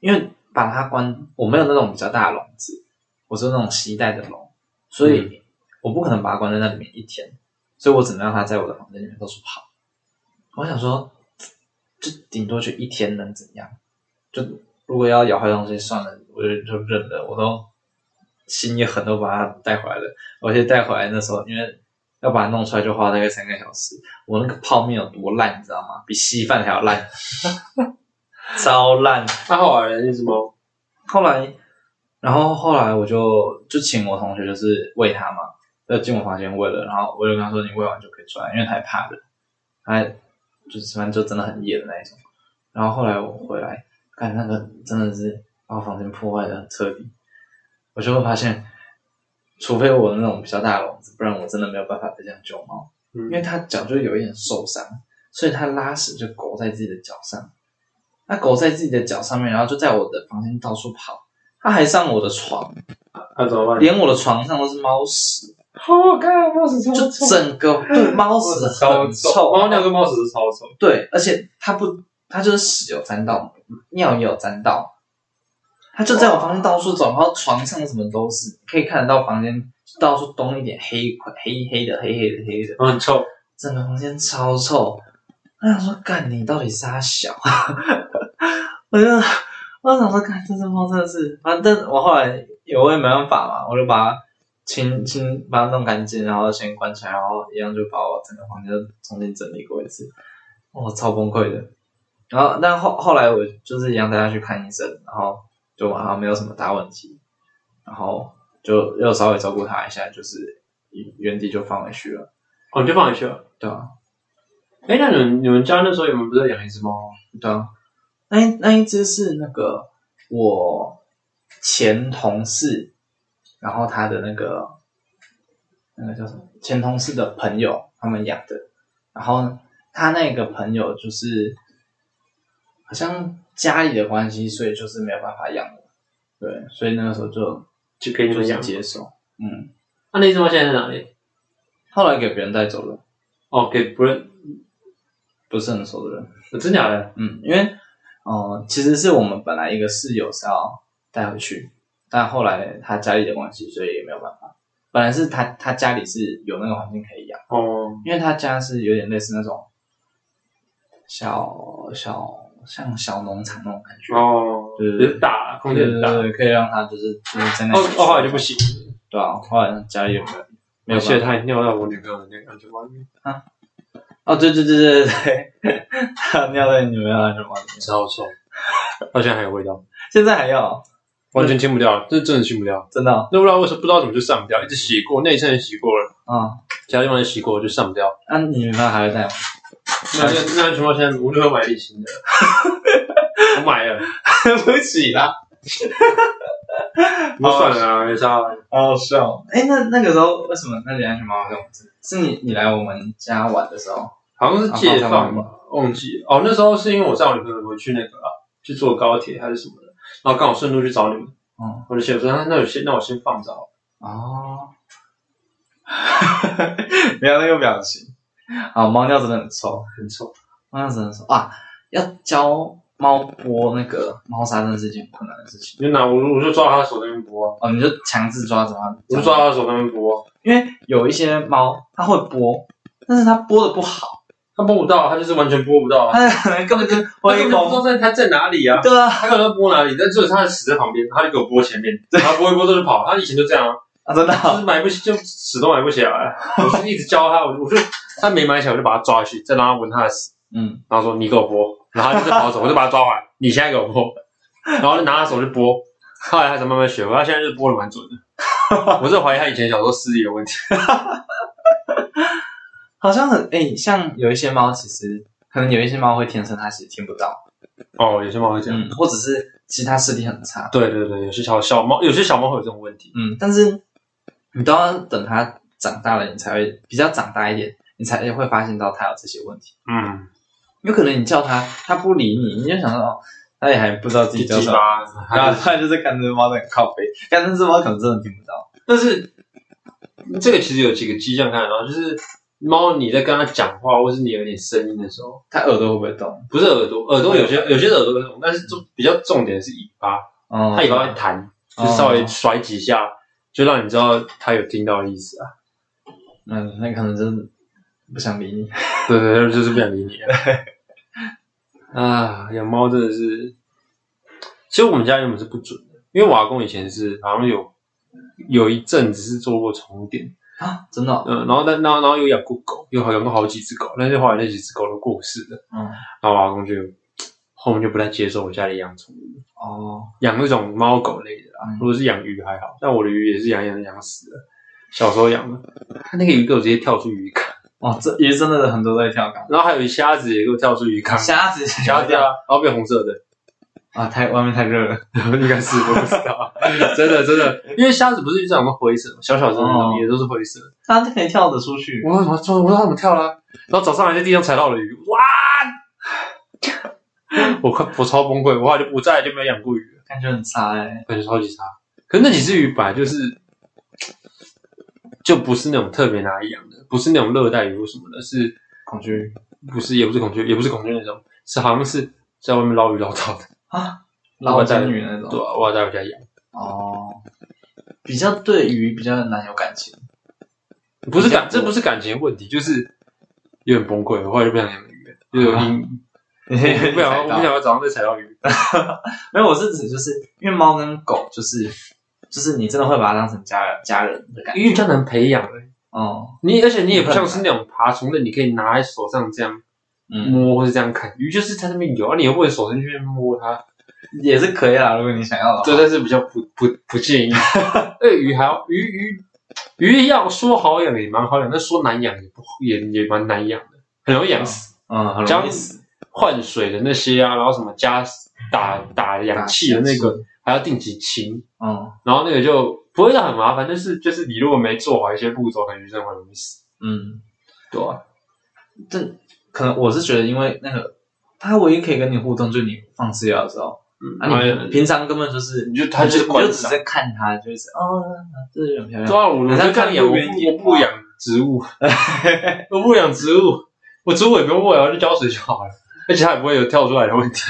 [SPEAKER 1] 因为把它关，我没有那种比较大的笼子，我是那种吸带的笼，所以我不可能把它关在那里面一天，所以我只能让它在我的房间里面到处跑。我想说，就顶多就一天能怎样？就如果要咬坏东西，算了，我就就认了，我都心一狠都把它带回来了。而且带回来那时候，因为要把它弄出来就花大概三个小时。我那个泡面有多烂，你知道吗？比稀饭还要烂， 超烂。
[SPEAKER 2] 那后来是什么？
[SPEAKER 1] 后来，然后后来我就就请我同学就是喂它嘛，就进我房间喂了，然后我就跟他说你喂完就可以出来，因为它也怕的，它就是反正就真的很野的那一种。然后后来我回来，看那个真的是把我房间破坏的很彻底，我就会发现，除非我那种比较大的笼子，不然我真的没有办法再这样救猫。
[SPEAKER 2] 嗯
[SPEAKER 1] 因为它脚就有一点受伤，所以它拉屎就勾在自己的脚上。它勾在自己的脚上面，然后就在我的房间到处跑，它还上我的床，
[SPEAKER 2] 那怎么办？
[SPEAKER 1] 连我的床上都是猫屎，
[SPEAKER 2] 好看，啊猫屎超
[SPEAKER 1] 就整个对猫屎
[SPEAKER 2] 超
[SPEAKER 1] 很
[SPEAKER 2] 臭，
[SPEAKER 1] 臭。
[SPEAKER 2] 猫尿跟猫屎是超臭。
[SPEAKER 1] 对，而且它不，它就是屎有沾到，尿也有沾到，它就在我房间到处走，然后床上什么都是，可以看得到房间到处东一点黑黑黑的黑黑的黑的。
[SPEAKER 2] 嗯很臭，
[SPEAKER 1] 整个房间超臭。我想说，干你到底啥小？啊我就我想说，干这只猫真的是，反正我后来也我也没办法嘛，我就把它清清把它弄干净，然后先关起来，然后一样就把我整个房间重新整理过一次，我超崩溃的。然后但后后来我就是一样带它去看医生，然后就马上没有什么大问题，然后就又稍微照顾它一下，就是原地就放回去了，
[SPEAKER 2] 哦，你就放回去了。
[SPEAKER 1] 对啊。
[SPEAKER 2] 哎，那你们你们家那时候你们不是养一只猫吗？
[SPEAKER 1] 对啊，那一那一只是那个我前同事，然后他的那个那个叫什么前同事的朋友他们养的，然后他那个朋友就是好像家里的关系，所以就是没有办法养了，对，所以那个时候就
[SPEAKER 2] 就给你
[SPEAKER 1] 就
[SPEAKER 2] 们
[SPEAKER 1] 是
[SPEAKER 2] 养。啊
[SPEAKER 1] 接手，嗯，
[SPEAKER 2] 那那只猫现在在哪里？
[SPEAKER 1] 后来给别人带走了，
[SPEAKER 2] 哦，给不认，
[SPEAKER 1] 不是很熟的人，
[SPEAKER 2] 哦真假的？
[SPEAKER 1] 嗯，因为呃，其实是我们本来一个室友是要带回去，但后来他家里的关系，所以也没有办法。本来是他他家里是有那个环境可以养，
[SPEAKER 2] 哦，
[SPEAKER 1] 因为他家是有点类似那种小小像小农场那种感觉，
[SPEAKER 2] 哦，
[SPEAKER 1] 对对对
[SPEAKER 2] 很大，空
[SPEAKER 1] 对
[SPEAKER 2] 间
[SPEAKER 1] 对
[SPEAKER 2] 很大。
[SPEAKER 1] 对，
[SPEAKER 2] 哦
[SPEAKER 1] 对可以让他就是就是在那里
[SPEAKER 2] 哦，后来就不哦行，
[SPEAKER 1] 对啊，后来家里有没有没有办
[SPEAKER 2] 而
[SPEAKER 1] 法
[SPEAKER 2] 且它还尿到我女朋友的那个安全帽里面，
[SPEAKER 1] 哦，对对对对对对， 他尿在你们安全帽里面，
[SPEAKER 2] 超臭， 到现在还有味道，
[SPEAKER 1] 现在还要
[SPEAKER 2] 完全清不掉，这真的清不掉。
[SPEAKER 1] 真的啊、
[SPEAKER 2] 那不知道为什么，不知道怎么就上不掉，一直洗过，内衬也洗过了，
[SPEAKER 1] 嗯
[SPEAKER 2] 其他地方也洗过，就上不掉。
[SPEAKER 1] 那、你女朋友还会带吗？
[SPEAKER 2] 那那安全帽现在我女朋友买立新的， 我买了，
[SPEAKER 1] 对不起啦，
[SPEAKER 2] 不过算了啊，没啥。
[SPEAKER 1] 好好笑。哎，那那个时候为什么那里安全帽会用这个？是你你来我们家玩的时候，
[SPEAKER 2] 好像是
[SPEAKER 1] 啊
[SPEAKER 2] 解
[SPEAKER 1] 放
[SPEAKER 2] 放
[SPEAKER 1] 上
[SPEAKER 2] 吧，忘记了哦。那时候是因为我载我女朋友回去那个啊，去坐高铁还是什么的，然后刚好顺路去找你们，
[SPEAKER 1] 嗯，
[SPEAKER 2] 我就想说，那那我先那我先放着好了，
[SPEAKER 1] 哦， 没有那个表情。啊，猫尿真的很臭，
[SPEAKER 2] 很臭。
[SPEAKER 1] 猫尿真的很臭啊！要教猫拨那个猫砂，真的是一件困难的事情
[SPEAKER 2] 你就拿我我就抓他手那边拨啊，
[SPEAKER 1] 哦。你就强制抓着它，
[SPEAKER 2] 我就抓他手那边拨啊，
[SPEAKER 1] 因为有一些猫它会拨，但是它拨的不好，
[SPEAKER 2] 他拨不到，他就是完全拨不到啊，
[SPEAKER 1] 它可能根本就
[SPEAKER 2] 他
[SPEAKER 1] 挥
[SPEAKER 2] 根本就不知
[SPEAKER 1] 空。
[SPEAKER 2] 道在他在哪里啊，
[SPEAKER 1] 对啊，
[SPEAKER 2] 他根本不知道拨哪里，但就是他的屎在旁边，他就给我拨前面，然后拨一拨之后就跑，他以前就这样啊，
[SPEAKER 1] 啊真的
[SPEAKER 2] 就
[SPEAKER 1] 啊
[SPEAKER 2] 是买不起就屎都买不起来啊，我就一直教他，我就我就他没买起来我就把他抓去，再让他闻他的屎。
[SPEAKER 1] 嗯，
[SPEAKER 2] 然后说你给我拨，然后他就跑走，我 就把他抓回来，你现在给我拨，然后就拿他手去拨，后来他才慢慢学会，他现在就拨的蛮准的。 我是怀疑他以前小时候视力有问题，
[SPEAKER 1] 好像很哎、像有一些猫其实可能有一些猫会天生它其实听不到。
[SPEAKER 2] 哦，有些猫会这样。
[SPEAKER 1] 嗯，或者是其他视力很差，
[SPEAKER 2] 对对对，有些小小猫，有些小猫会有这种问题。
[SPEAKER 1] 嗯，但是你都要等它长大了，你才会比较长大一点，你才会发现到它有这些问题。
[SPEAKER 2] 嗯，
[SPEAKER 1] 有可能你叫它，它不理你，你就想说哦，它也还不知道自己
[SPEAKER 2] 第
[SPEAKER 1] 叫
[SPEAKER 2] 几
[SPEAKER 1] 什么，
[SPEAKER 2] 吧？
[SPEAKER 1] 然后 它就是看这只猫在靠背，看这只猫可能真的听不到。
[SPEAKER 2] 但是这个其实有几个迹象看得到，就是猫你在跟它讲话，或是你有点声音的时候，
[SPEAKER 1] 它耳朵会不会动？
[SPEAKER 2] 不是耳朵，耳朵有些有些耳朵会动，但是重比较重点是尾巴，
[SPEAKER 1] 嗯，
[SPEAKER 2] 它尾巴会弹。就稍微甩几下，就让你知道他有听到的意思啊。
[SPEAKER 1] 嗯，那可能就是不想理你。
[SPEAKER 2] 对对，对就是不想理你啊。啊，养猫真的是其实我们家原本是不准的，因为我阿公以前是好像有有一阵子是做过宠物店，
[SPEAKER 1] 啊，真的哦、
[SPEAKER 2] 嗯，然后但然后然后有养过狗，有养过好几只狗，但是后来那几只狗都过世了，
[SPEAKER 1] 嗯，
[SPEAKER 2] 然后我阿公就后面就不太接受我家里养宠物，
[SPEAKER 1] 哦，
[SPEAKER 2] 养那种猫狗类的啦
[SPEAKER 1] 嗯。
[SPEAKER 2] 如果是养鱼还好，但我的鱼也是养养养死了，小时候养的，它那个鱼给我直接跳出鱼缸，
[SPEAKER 1] 哦，这鱼真的很多在跳港，
[SPEAKER 2] 然后还有一虾子也给我跳出鱼缸，
[SPEAKER 1] 虾子，
[SPEAKER 2] 虾子啊，然后变红色的，
[SPEAKER 1] 啊，太外面太热了，
[SPEAKER 2] 应该是我不知道， 真的真的，因为虾子不是一种灰色，小小只的那种也都是灰色。
[SPEAKER 1] 它可以跳得出去，
[SPEAKER 2] 我说怎么说？我说它怎么跳啦、然后早上还在地上踩到了鱼， 哇！我快我超崩溃，我后来就我再也就没有养过鱼了，
[SPEAKER 1] 感觉很差哎、
[SPEAKER 2] 感觉超级差。可是那几只鱼本来就是，就不是那种特别拿来养的，不是那种热带鱼或什么的，是
[SPEAKER 1] 恐惧
[SPEAKER 2] 不是也不是孔雀，也不是孔雀那种，是好像是在外面捞鱼捞到的，
[SPEAKER 1] 啊，老金鱼那
[SPEAKER 2] 对
[SPEAKER 1] 种，
[SPEAKER 2] 啊，我要带回家养。
[SPEAKER 1] 哦，比较对鱼比较难有感情，
[SPEAKER 2] 不是感，这不是感情问题，就是有点崩溃，我后来就不想养鱼了， 就有阴，
[SPEAKER 1] 不
[SPEAKER 2] 我不想要，我不想要早上再啊 踩到鱼。
[SPEAKER 1] 没有，我是指就是因为猫跟狗就是就是你真的会把它当成家人家人的感觉，
[SPEAKER 2] 因为比较难培养，欸
[SPEAKER 1] 哦，
[SPEAKER 2] 你而且你也不像是那种爬虫类，你可以拿在手上这样
[SPEAKER 1] 嗯，
[SPEAKER 2] 摸或者这样看，鱼就是在那边游，啊，你又不能手伸进去摸它，
[SPEAKER 1] 也是可以啦，如果你想要的话，
[SPEAKER 2] 对，但是比较不不不 建议。对鱼还要鱼鱼鱼要说好养也蛮好养，但说难养也不也也蛮难养的，很容易养死。
[SPEAKER 1] 嗯，很容易死，
[SPEAKER 2] 换水的那些啊，然后什么加打打氧气的那个，还要定期清，
[SPEAKER 1] 嗯
[SPEAKER 2] 然后那个就不会到很麻烦，但是就是你如果没做好一些步骤，可能就真的会容易死。
[SPEAKER 1] 嗯，
[SPEAKER 2] 对啊，
[SPEAKER 1] 但可能我是觉得，因为那个它唯一可以跟你互动，就是你放饲料的时候，
[SPEAKER 2] 嗯，
[SPEAKER 1] 啊，你
[SPEAKER 2] 你
[SPEAKER 1] 平常根本就是
[SPEAKER 2] 你就它
[SPEAKER 1] 你
[SPEAKER 2] 就是
[SPEAKER 1] 就你
[SPEAKER 2] 观
[SPEAKER 1] 就只
[SPEAKER 2] 赏。
[SPEAKER 1] 是看它，就是哦，这是很漂亮，
[SPEAKER 2] 对啊，我我
[SPEAKER 1] 很像
[SPEAKER 2] 就看
[SPEAKER 1] 看
[SPEAKER 2] 你我
[SPEAKER 1] 路
[SPEAKER 2] 不
[SPEAKER 1] 边野
[SPEAKER 2] 我不
[SPEAKER 1] 花
[SPEAKER 2] 养植物， 我不养植物，我植物也不用喂啊，就浇水就 好了，而且它也不会有跳出来的问题。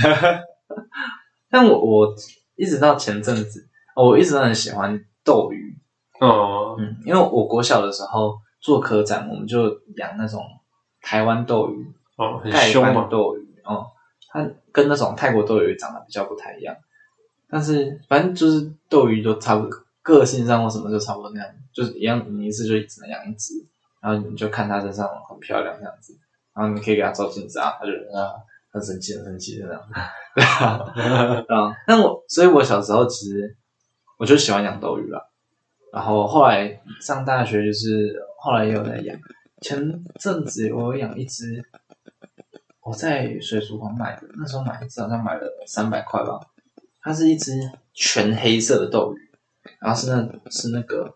[SPEAKER 1] 但我我一直到前阵子，哦我一直都很喜欢斗鱼，
[SPEAKER 2] 哦，
[SPEAKER 1] 嗯，因为我国小的时候做科展，我们就养那种台湾斗鱼、
[SPEAKER 2] 哦，很
[SPEAKER 1] 盖
[SPEAKER 2] 凶
[SPEAKER 1] 饭
[SPEAKER 2] 嘛，
[SPEAKER 1] 斗鱼，哦、它跟那种泰国斗鱼长得比较不太一样，但是反正就是斗鱼都差不多，个性上或什么就差不多那样，就是一样，你一次就只能养一只，然后你就看它身上很漂亮这样子，然后你可以给它照镜子啊，它就啊很生气很生气这样， 啊、但我所以，我小时候其实我就喜欢养斗鱼啦。然后后来上大学，就是后来也有在养。前阵子我有养一只，我在水族馆买的，那时候买一只好像买了三百块吧。它是一只全黑色的斗鱼，然后是那是那个，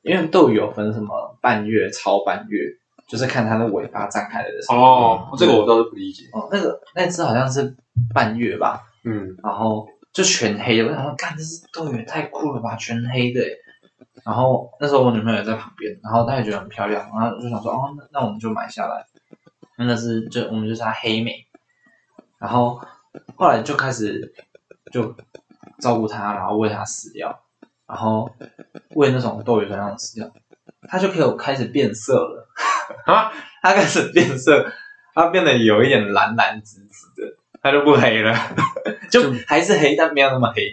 [SPEAKER 1] 因为斗鱼有分什么半月、超半月，就是看它的尾巴张开来的时候。
[SPEAKER 2] 哦，这个我倒是不理解。
[SPEAKER 1] 哦，那个那只好像是半月吧，
[SPEAKER 2] 嗯，
[SPEAKER 1] 然后就全黑的。我想说，干，这是动物园太酷了吧，全黑的耶。然后那时候我女朋友也在旁边，然后她也觉得很漂亮，然后就想说，哦，那那我们就买下来。那是就我们就叫它黑美，然后后来就开始就照顾它，然后喂它饲料，然后喂那种斗鱼的那种饲料，它就可以开始变色了
[SPEAKER 2] 啊！
[SPEAKER 1] 它开始变色，它变得有一点蓝蓝紫紫的，它就不黑了，就
[SPEAKER 2] 就
[SPEAKER 1] 还是黑，但没有那么黑。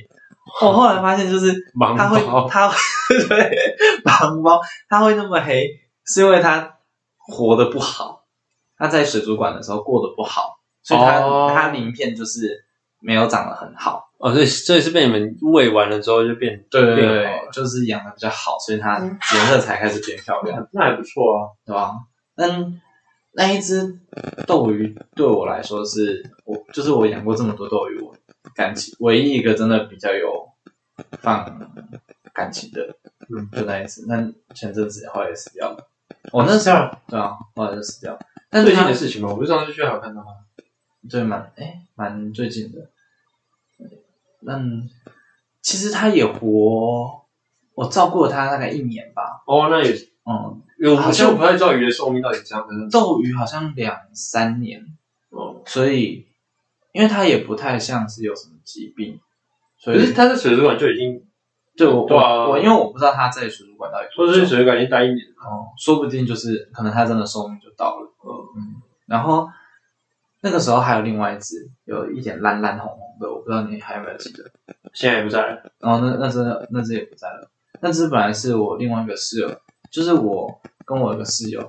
[SPEAKER 1] 我后来发现，就是
[SPEAKER 2] 盲
[SPEAKER 1] 它会
[SPEAKER 2] 包，
[SPEAKER 1] 它对盲猫，它会那么黑，是因为它活得不好，它在水族馆的时候过得不好，所以它、
[SPEAKER 2] 哦
[SPEAKER 1] 它鳞片就是没有长得很好。
[SPEAKER 2] 哦，所以所以是被你们喂完了之后就变变好了，
[SPEAKER 1] 就是养的比较好，所以它颜色才开始变漂亮，
[SPEAKER 2] 那还不错啊。
[SPEAKER 1] 对吧？嗯，那一只斗鱼对我来说是我就是我养过这么多斗鱼，我感情唯一一个真的比较有放感情的。
[SPEAKER 2] 嗯，
[SPEAKER 1] 就那一次，那前阵子后来也死掉了。我、那时候对啊，后来就死掉了。但是
[SPEAKER 2] 最近
[SPEAKER 1] 他
[SPEAKER 2] 的事情嘛，我不是上次去海看到吗？
[SPEAKER 1] 对蛮哎蛮最近的，嗯，其实他也活，我照顾了他大概一年吧。
[SPEAKER 2] 哦，那也是，
[SPEAKER 1] 嗯，
[SPEAKER 2] 因为我
[SPEAKER 1] 好
[SPEAKER 2] 好
[SPEAKER 1] 像
[SPEAKER 2] 像不太知道鱼的寿命到底是怎样的。
[SPEAKER 1] 斗鱼好像两三年，
[SPEAKER 2] 哦，
[SPEAKER 1] 所以因为他也不太像是有什么疾病，所
[SPEAKER 2] 可是
[SPEAKER 1] 以
[SPEAKER 2] 它在水族馆就已经，
[SPEAKER 1] 对我
[SPEAKER 2] 对啊
[SPEAKER 1] 我我因为我不知道他在水族馆到底
[SPEAKER 2] 或
[SPEAKER 1] 多
[SPEAKER 2] 者
[SPEAKER 1] 久
[SPEAKER 2] 是水族馆已经待一年了。
[SPEAKER 1] 嗯哦，说不定就是可能他真的寿命就到了。嗯，然后那个时候还有另外一只，有一点蓝蓝红红的，我不知道你还有没有记得。
[SPEAKER 2] 现在也不在了。
[SPEAKER 1] 然后那那只那只也不在了，那只本来是我另外一个室友，就是我跟我一个室友，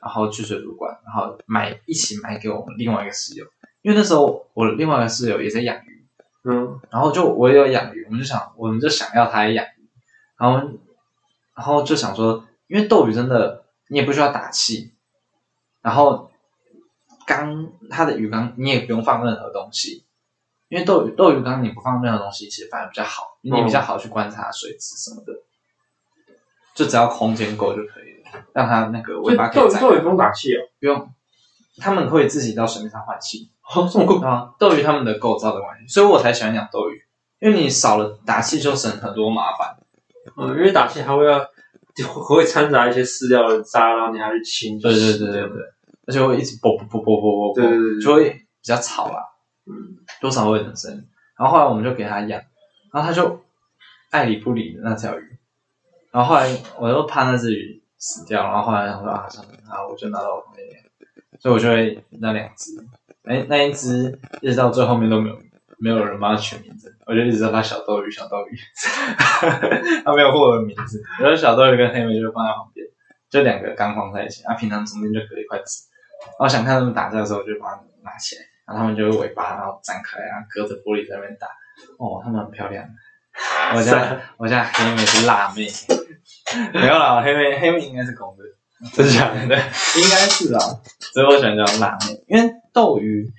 [SPEAKER 1] 然后去水族馆，然后买一起买给我们另外一个室友，因为那时候我另外一个室友也在养鱼，
[SPEAKER 2] 嗯，
[SPEAKER 1] 然后就我也有养鱼，我们就想我们就想要他也养鱼，然后然后就想说，因为斗鱼真的你也不需要打气，然后缸它的鱼缸你也不用放任何东西，因为斗鱼斗鱼缸你不放任何东西，其实反而比较好，你比较好去观察水质什么的，就只要空间够就可以了，让它那个尾巴可以
[SPEAKER 2] 斗
[SPEAKER 1] 展
[SPEAKER 2] 斗鱼
[SPEAKER 1] 开，
[SPEAKER 2] 不用打气哦。
[SPEAKER 1] 不用，他们会自己到水面上换气。
[SPEAKER 2] 哦，这么酷。
[SPEAKER 1] 啊，斗鱼他们的构造的关系，所以我才喜欢养斗鱼，因为你少了打气就省很多麻烦。
[SPEAKER 2] 嗯，因为打气还会要会掺杂一些饲料的渣，然后你还去清。
[SPEAKER 1] 对对对对对，而且会一直啵啵啵啵啵啵
[SPEAKER 2] 对对
[SPEAKER 1] 啵，
[SPEAKER 2] 对
[SPEAKER 1] 就会比较吵啦，
[SPEAKER 2] 嗯，
[SPEAKER 1] 多少会有点声音。然后后来我们就给它养，然后它就爱理不理的那条鱼。然后后来我又怕那只鱼死掉，然后后来想说啊，算了，那我就拿到我旁边养，所以我就会那两只，那那一只一直到最后面都没有没有人帮它取名字，我就一直叫它小斗鱼，小斗鱼， 它没有获得名字。然后小斗鱼跟黑莓就放在旁边，就两个刚放在一起，啊，平常中间就隔一块纸。然后想看他们打架的时候，我就把它拿起来，然后他们就会尾巴然后展开，然后隔着玻璃在那边打。哦，他们很漂亮。我家我家黑妹是辣妹，没有啦，黑妹黑妹应该是公的，
[SPEAKER 2] 真假
[SPEAKER 1] 对，应该是啊，所以我喜欢叫辣妹，因为斗鱼、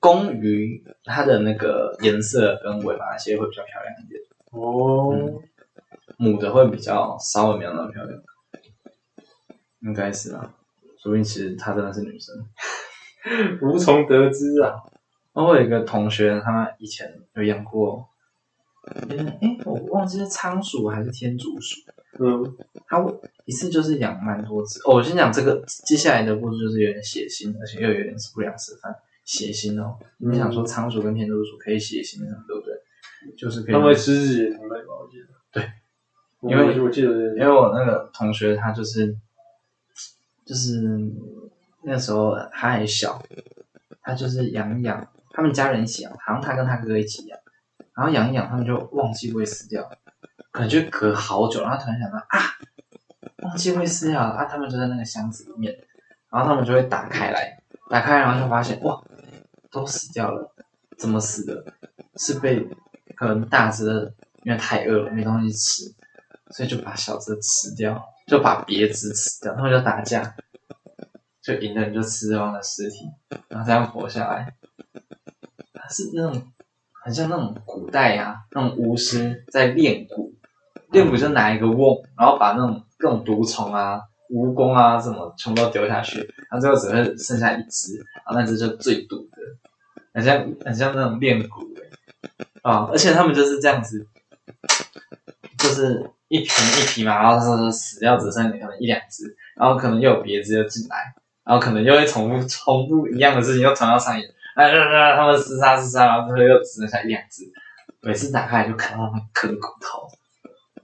[SPEAKER 1] 公鱼它的那个颜色跟尾巴那些会比较漂亮一点，
[SPEAKER 2] 哦，
[SPEAKER 1] 母的会比较稍微没有那么漂亮，应该是啊，说不定其实她真的是女生。
[SPEAKER 2] 无从得知啊。
[SPEAKER 1] 然后我有一个同学，他以前有养过，哎、诶我忘记是仓鼠还是天竺鼠，
[SPEAKER 2] 嗯，
[SPEAKER 1] 他一次就是养蛮多只。哦，我先讲这个，接下来的故事就是有点血腥，而且又有点不良示范，血腥哦。你想说仓鼠跟天竺鼠可以血腥什么，对不对？就是可以
[SPEAKER 2] 他，们会吃自己的同类吧？我记得。
[SPEAKER 1] 对，
[SPEAKER 2] 我
[SPEAKER 1] 因为
[SPEAKER 2] 我记得，
[SPEAKER 1] 因为我那个同学他就是，就是那时候他还小，他就是养一养，他们家人一起养，好像他跟他哥一起养，然后养一养，他们就忘记喂饲料，可能就隔好久，然后突然想到啊，忘记喂饲料了啊，他们就在那个箱子里面，然后他们就会打开来，打开然后就发现哇，都死掉了，怎么死的？是被可能大只的因为太饿了没东西吃，所以就把小只的吃掉，就把别只吃掉，他们就打架，就赢的人就吃对方的尸体，然后这样活下来。它是那种很像那种古代呀、那种巫师在练蛊，练蛊就拿一个瓮，然后把那种各种毒虫啊、蜈蚣啊什么全部都丢下去，然后最后只会剩下一只，然后那只就最毒的，很像很像那种练蛊欸、啊，而且他们就是这样子，就是一匹一匹马，然后是死掉只剩可能一两只，然后可能又有别只又进来，然后可能又会重复重复一样的事情又传到上演，啊啊啊！他们厮杀厮杀，然后最后又只剩下一两只，每次打开来就看到他们啃骨头，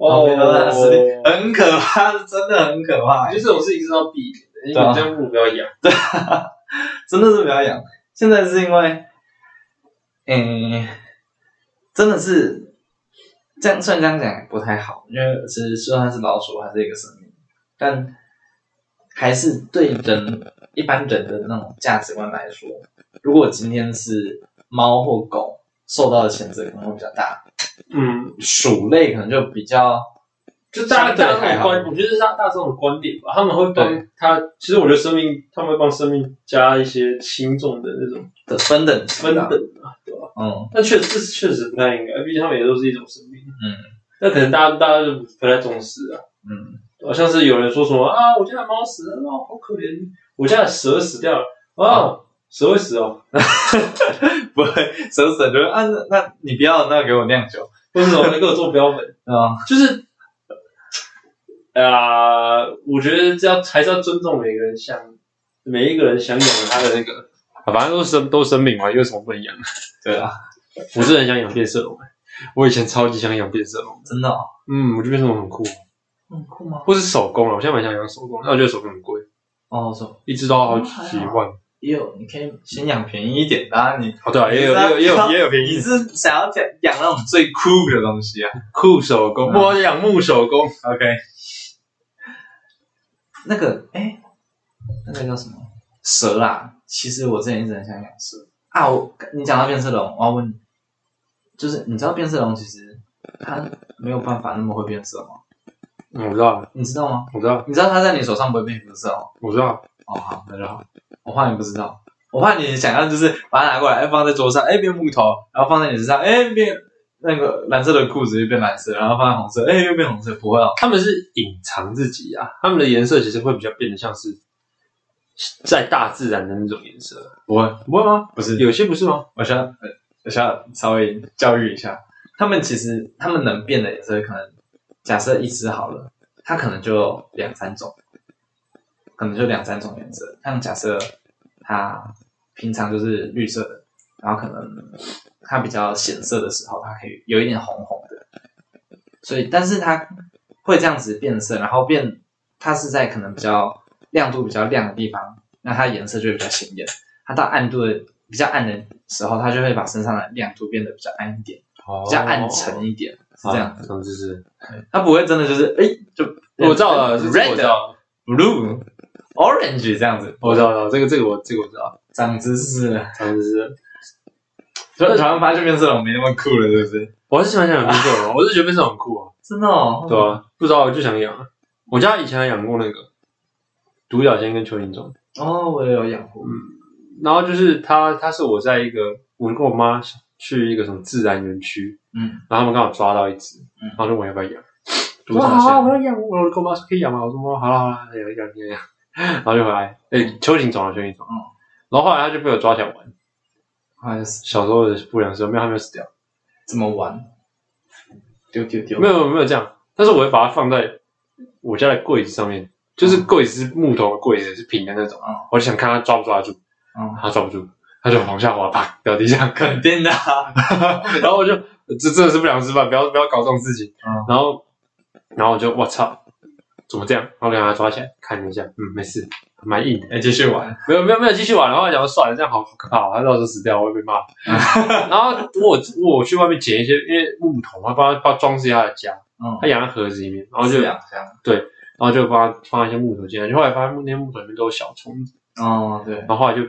[SPEAKER 2] 哦，
[SPEAKER 1] 然后看到他们的 尸体很可怕，真的很可怕、
[SPEAKER 2] 就这种事情是要避免的，你
[SPEAKER 1] 对啊
[SPEAKER 2] 这样不如不要养。
[SPEAKER 1] 真的是不要养。现在是因为，嗯、真的是这样，虽然这样讲也不太好，因为其实就算是老鼠，还是一个生命，但还是对人一般人的那种价值观来说，如果今天是猫或狗受到的谴责可能会比较大，
[SPEAKER 2] 嗯，
[SPEAKER 1] 鼠类可能就比较
[SPEAKER 2] 就大家
[SPEAKER 1] 相对
[SPEAKER 2] 大众
[SPEAKER 1] 还
[SPEAKER 2] 的
[SPEAKER 1] 好
[SPEAKER 2] 观，我觉得是大大众的观点吧，他们会
[SPEAKER 1] 对
[SPEAKER 2] 帮他，其实我觉得生命，他们会帮生命加一些轻重的那种
[SPEAKER 1] 的分等级
[SPEAKER 2] 分
[SPEAKER 1] 啦
[SPEAKER 2] 等，啊，对吧？
[SPEAKER 1] 嗯
[SPEAKER 2] 但确实确实不太应该，毕竟他们也都是一种生命。
[SPEAKER 1] 嗯
[SPEAKER 2] 那可能大家大家就不太重视啊，
[SPEAKER 1] 嗯，
[SPEAKER 2] 好像是有人说什么啊，我家的猫死了，哦，好可怜，我家的蛇死掉了，
[SPEAKER 1] 啊
[SPEAKER 2] 哦，蛇会死哦，
[SPEAKER 1] 不会，省省就会啊，那那你不要那给我酿酒
[SPEAKER 2] 为什么能给我做标本？
[SPEAKER 1] 啊。
[SPEAKER 2] 就是，啊、我觉得这要还是要尊重每个人想每一个人想养他的那个，啊反正都生都生命嘛，有什么不能养？
[SPEAKER 1] 对啊，
[SPEAKER 2] 我是很想养变色龙、欸我以前超级想养变色龙，
[SPEAKER 1] 真的、哦，
[SPEAKER 2] 嗯，我觉得变色龙很酷，
[SPEAKER 1] 很酷吗？
[SPEAKER 2] 啊或是手工了，我现在蛮想养手工，但我觉得手工很贵，
[SPEAKER 1] 哦，手
[SPEAKER 2] 一只都要好几万，
[SPEAKER 1] 也有，你可以先养便宜一点的、啊，你
[SPEAKER 2] 哦，对啊，也有也有也有也有便
[SPEAKER 1] 你
[SPEAKER 2] 宜
[SPEAKER 1] 是想要养养那种最酷的东西啊？
[SPEAKER 2] 酷手工，
[SPEAKER 1] 嗯
[SPEAKER 2] 我养木手工，OK，
[SPEAKER 1] 那个哎，那个叫什么蛇啦？其实我之前一直很想养蛇啊。我你讲到变色龙，我要问你，就是你知道变色龙其实它没有办法那么会变色吗？
[SPEAKER 2] 嗯我知道，
[SPEAKER 1] 你知道吗？
[SPEAKER 2] 我知道，
[SPEAKER 1] 你知道它在你手上不会变肤色哦？
[SPEAKER 2] 我知道，
[SPEAKER 1] 哦，好，那就好。我怕你不知道，我怕你想象就是把它拿过来，哎放在桌上，哎变木头，然后放在你身上，哎变那个蓝色的裤子又变蓝色，然后放在红色，哎又变红色，不会哦。
[SPEAKER 2] 他们是隐藏自己啊，他们的颜色其实会比较变得像是在大自然的那种颜色，
[SPEAKER 1] 不会，
[SPEAKER 2] 不会吗？
[SPEAKER 1] 不是
[SPEAKER 2] 有些不是吗？
[SPEAKER 1] 我需要呃我需要稍微教育一下，他们其实他们能变的颜色，可能假设一只好了，它可能就两三种，可能就两三种颜色。像假设它平常就是绿色的，然后可能它比较显色的时候，它可以有一点红红的，所以但是它会这样子变色，然后变它是在可能比较亮度比较亮的地方，那它颜色就会比较显眼。它到暗度的比较暗的时候，它就会把身上的亮度变得比较暗一点，
[SPEAKER 2] 哦
[SPEAKER 1] 比较暗沉一点，是这样。
[SPEAKER 2] 啊，总之是，
[SPEAKER 1] 它不会真的就是哎、 就
[SPEAKER 2] 我知道了，这个我知
[SPEAKER 1] red
[SPEAKER 2] 道，
[SPEAKER 1] blue orange 这样子，
[SPEAKER 2] 我知道了，这个这个我这个我知道，
[SPEAKER 1] 长知识了。
[SPEAKER 2] 总之是，
[SPEAKER 1] 所以台湾发现变色龙没那么酷了，是不是？
[SPEAKER 2] 我还是蛮想养变色龙，我是觉得变色龙很酷啊，
[SPEAKER 1] 真的哦，
[SPEAKER 2] 对啊，不知道我就想养啊，我家以前还养过那个独角仙跟蚯蚓种。
[SPEAKER 1] 哦，我也有养过，
[SPEAKER 2] 然后就是他，他是我在一个我跟我妈去一个什么自然园区，
[SPEAKER 1] 嗯，
[SPEAKER 2] 然后他们刚好抓到一只，
[SPEAKER 1] 嗯
[SPEAKER 2] 然后就问我要不要养，
[SPEAKER 1] 独角
[SPEAKER 2] 我说好啊，我
[SPEAKER 1] 仙
[SPEAKER 2] 要养，我跟我妈说可以养吗？我说哦好了好了，养一养养一 养，然后就回来，哎，蚯蚓种了蚯蚓种，
[SPEAKER 1] 嗯
[SPEAKER 2] 然后后来他就被我抓起来玩，
[SPEAKER 1] 后来是
[SPEAKER 2] 小时候的不良嗜好，没有他没有死掉，
[SPEAKER 1] 这么玩，丢丢丢，
[SPEAKER 2] 没有没有这样，但是我会把它放在我家的柜子上面，就是柜子是木头的柜子，是平的那种
[SPEAKER 1] 嗯，
[SPEAKER 2] 我就想看它抓不抓得住，
[SPEAKER 1] 嗯，
[SPEAKER 2] 它抓不住，它就往下滑，啪掉地上，
[SPEAKER 1] 肯定的啊，
[SPEAKER 2] 然后我就这真的是不良示范，不要不要搞这种事情。
[SPEAKER 1] 嗯
[SPEAKER 2] 然后然后我就我操，怎么这样？然后我就把它抓起来看了一下，嗯，没事，蛮硬的。
[SPEAKER 1] 哎，继续玩，
[SPEAKER 2] 没有没有没有，继续玩。然后我想说算了，这样好好可怕、哦，他到时候死掉我会被 骂。然后我我去外面捡一些，因为木桶嘛，帮他帮他装饰一下他的家，
[SPEAKER 1] 嗯
[SPEAKER 2] 他，养在盒子里面，然后就
[SPEAKER 1] 饲
[SPEAKER 2] 然
[SPEAKER 1] 养这样，
[SPEAKER 2] 后就帮他放一些木头进来，就后来发现那些木头里面都有小虫子，
[SPEAKER 1] 哦，对
[SPEAKER 2] 然，后后来就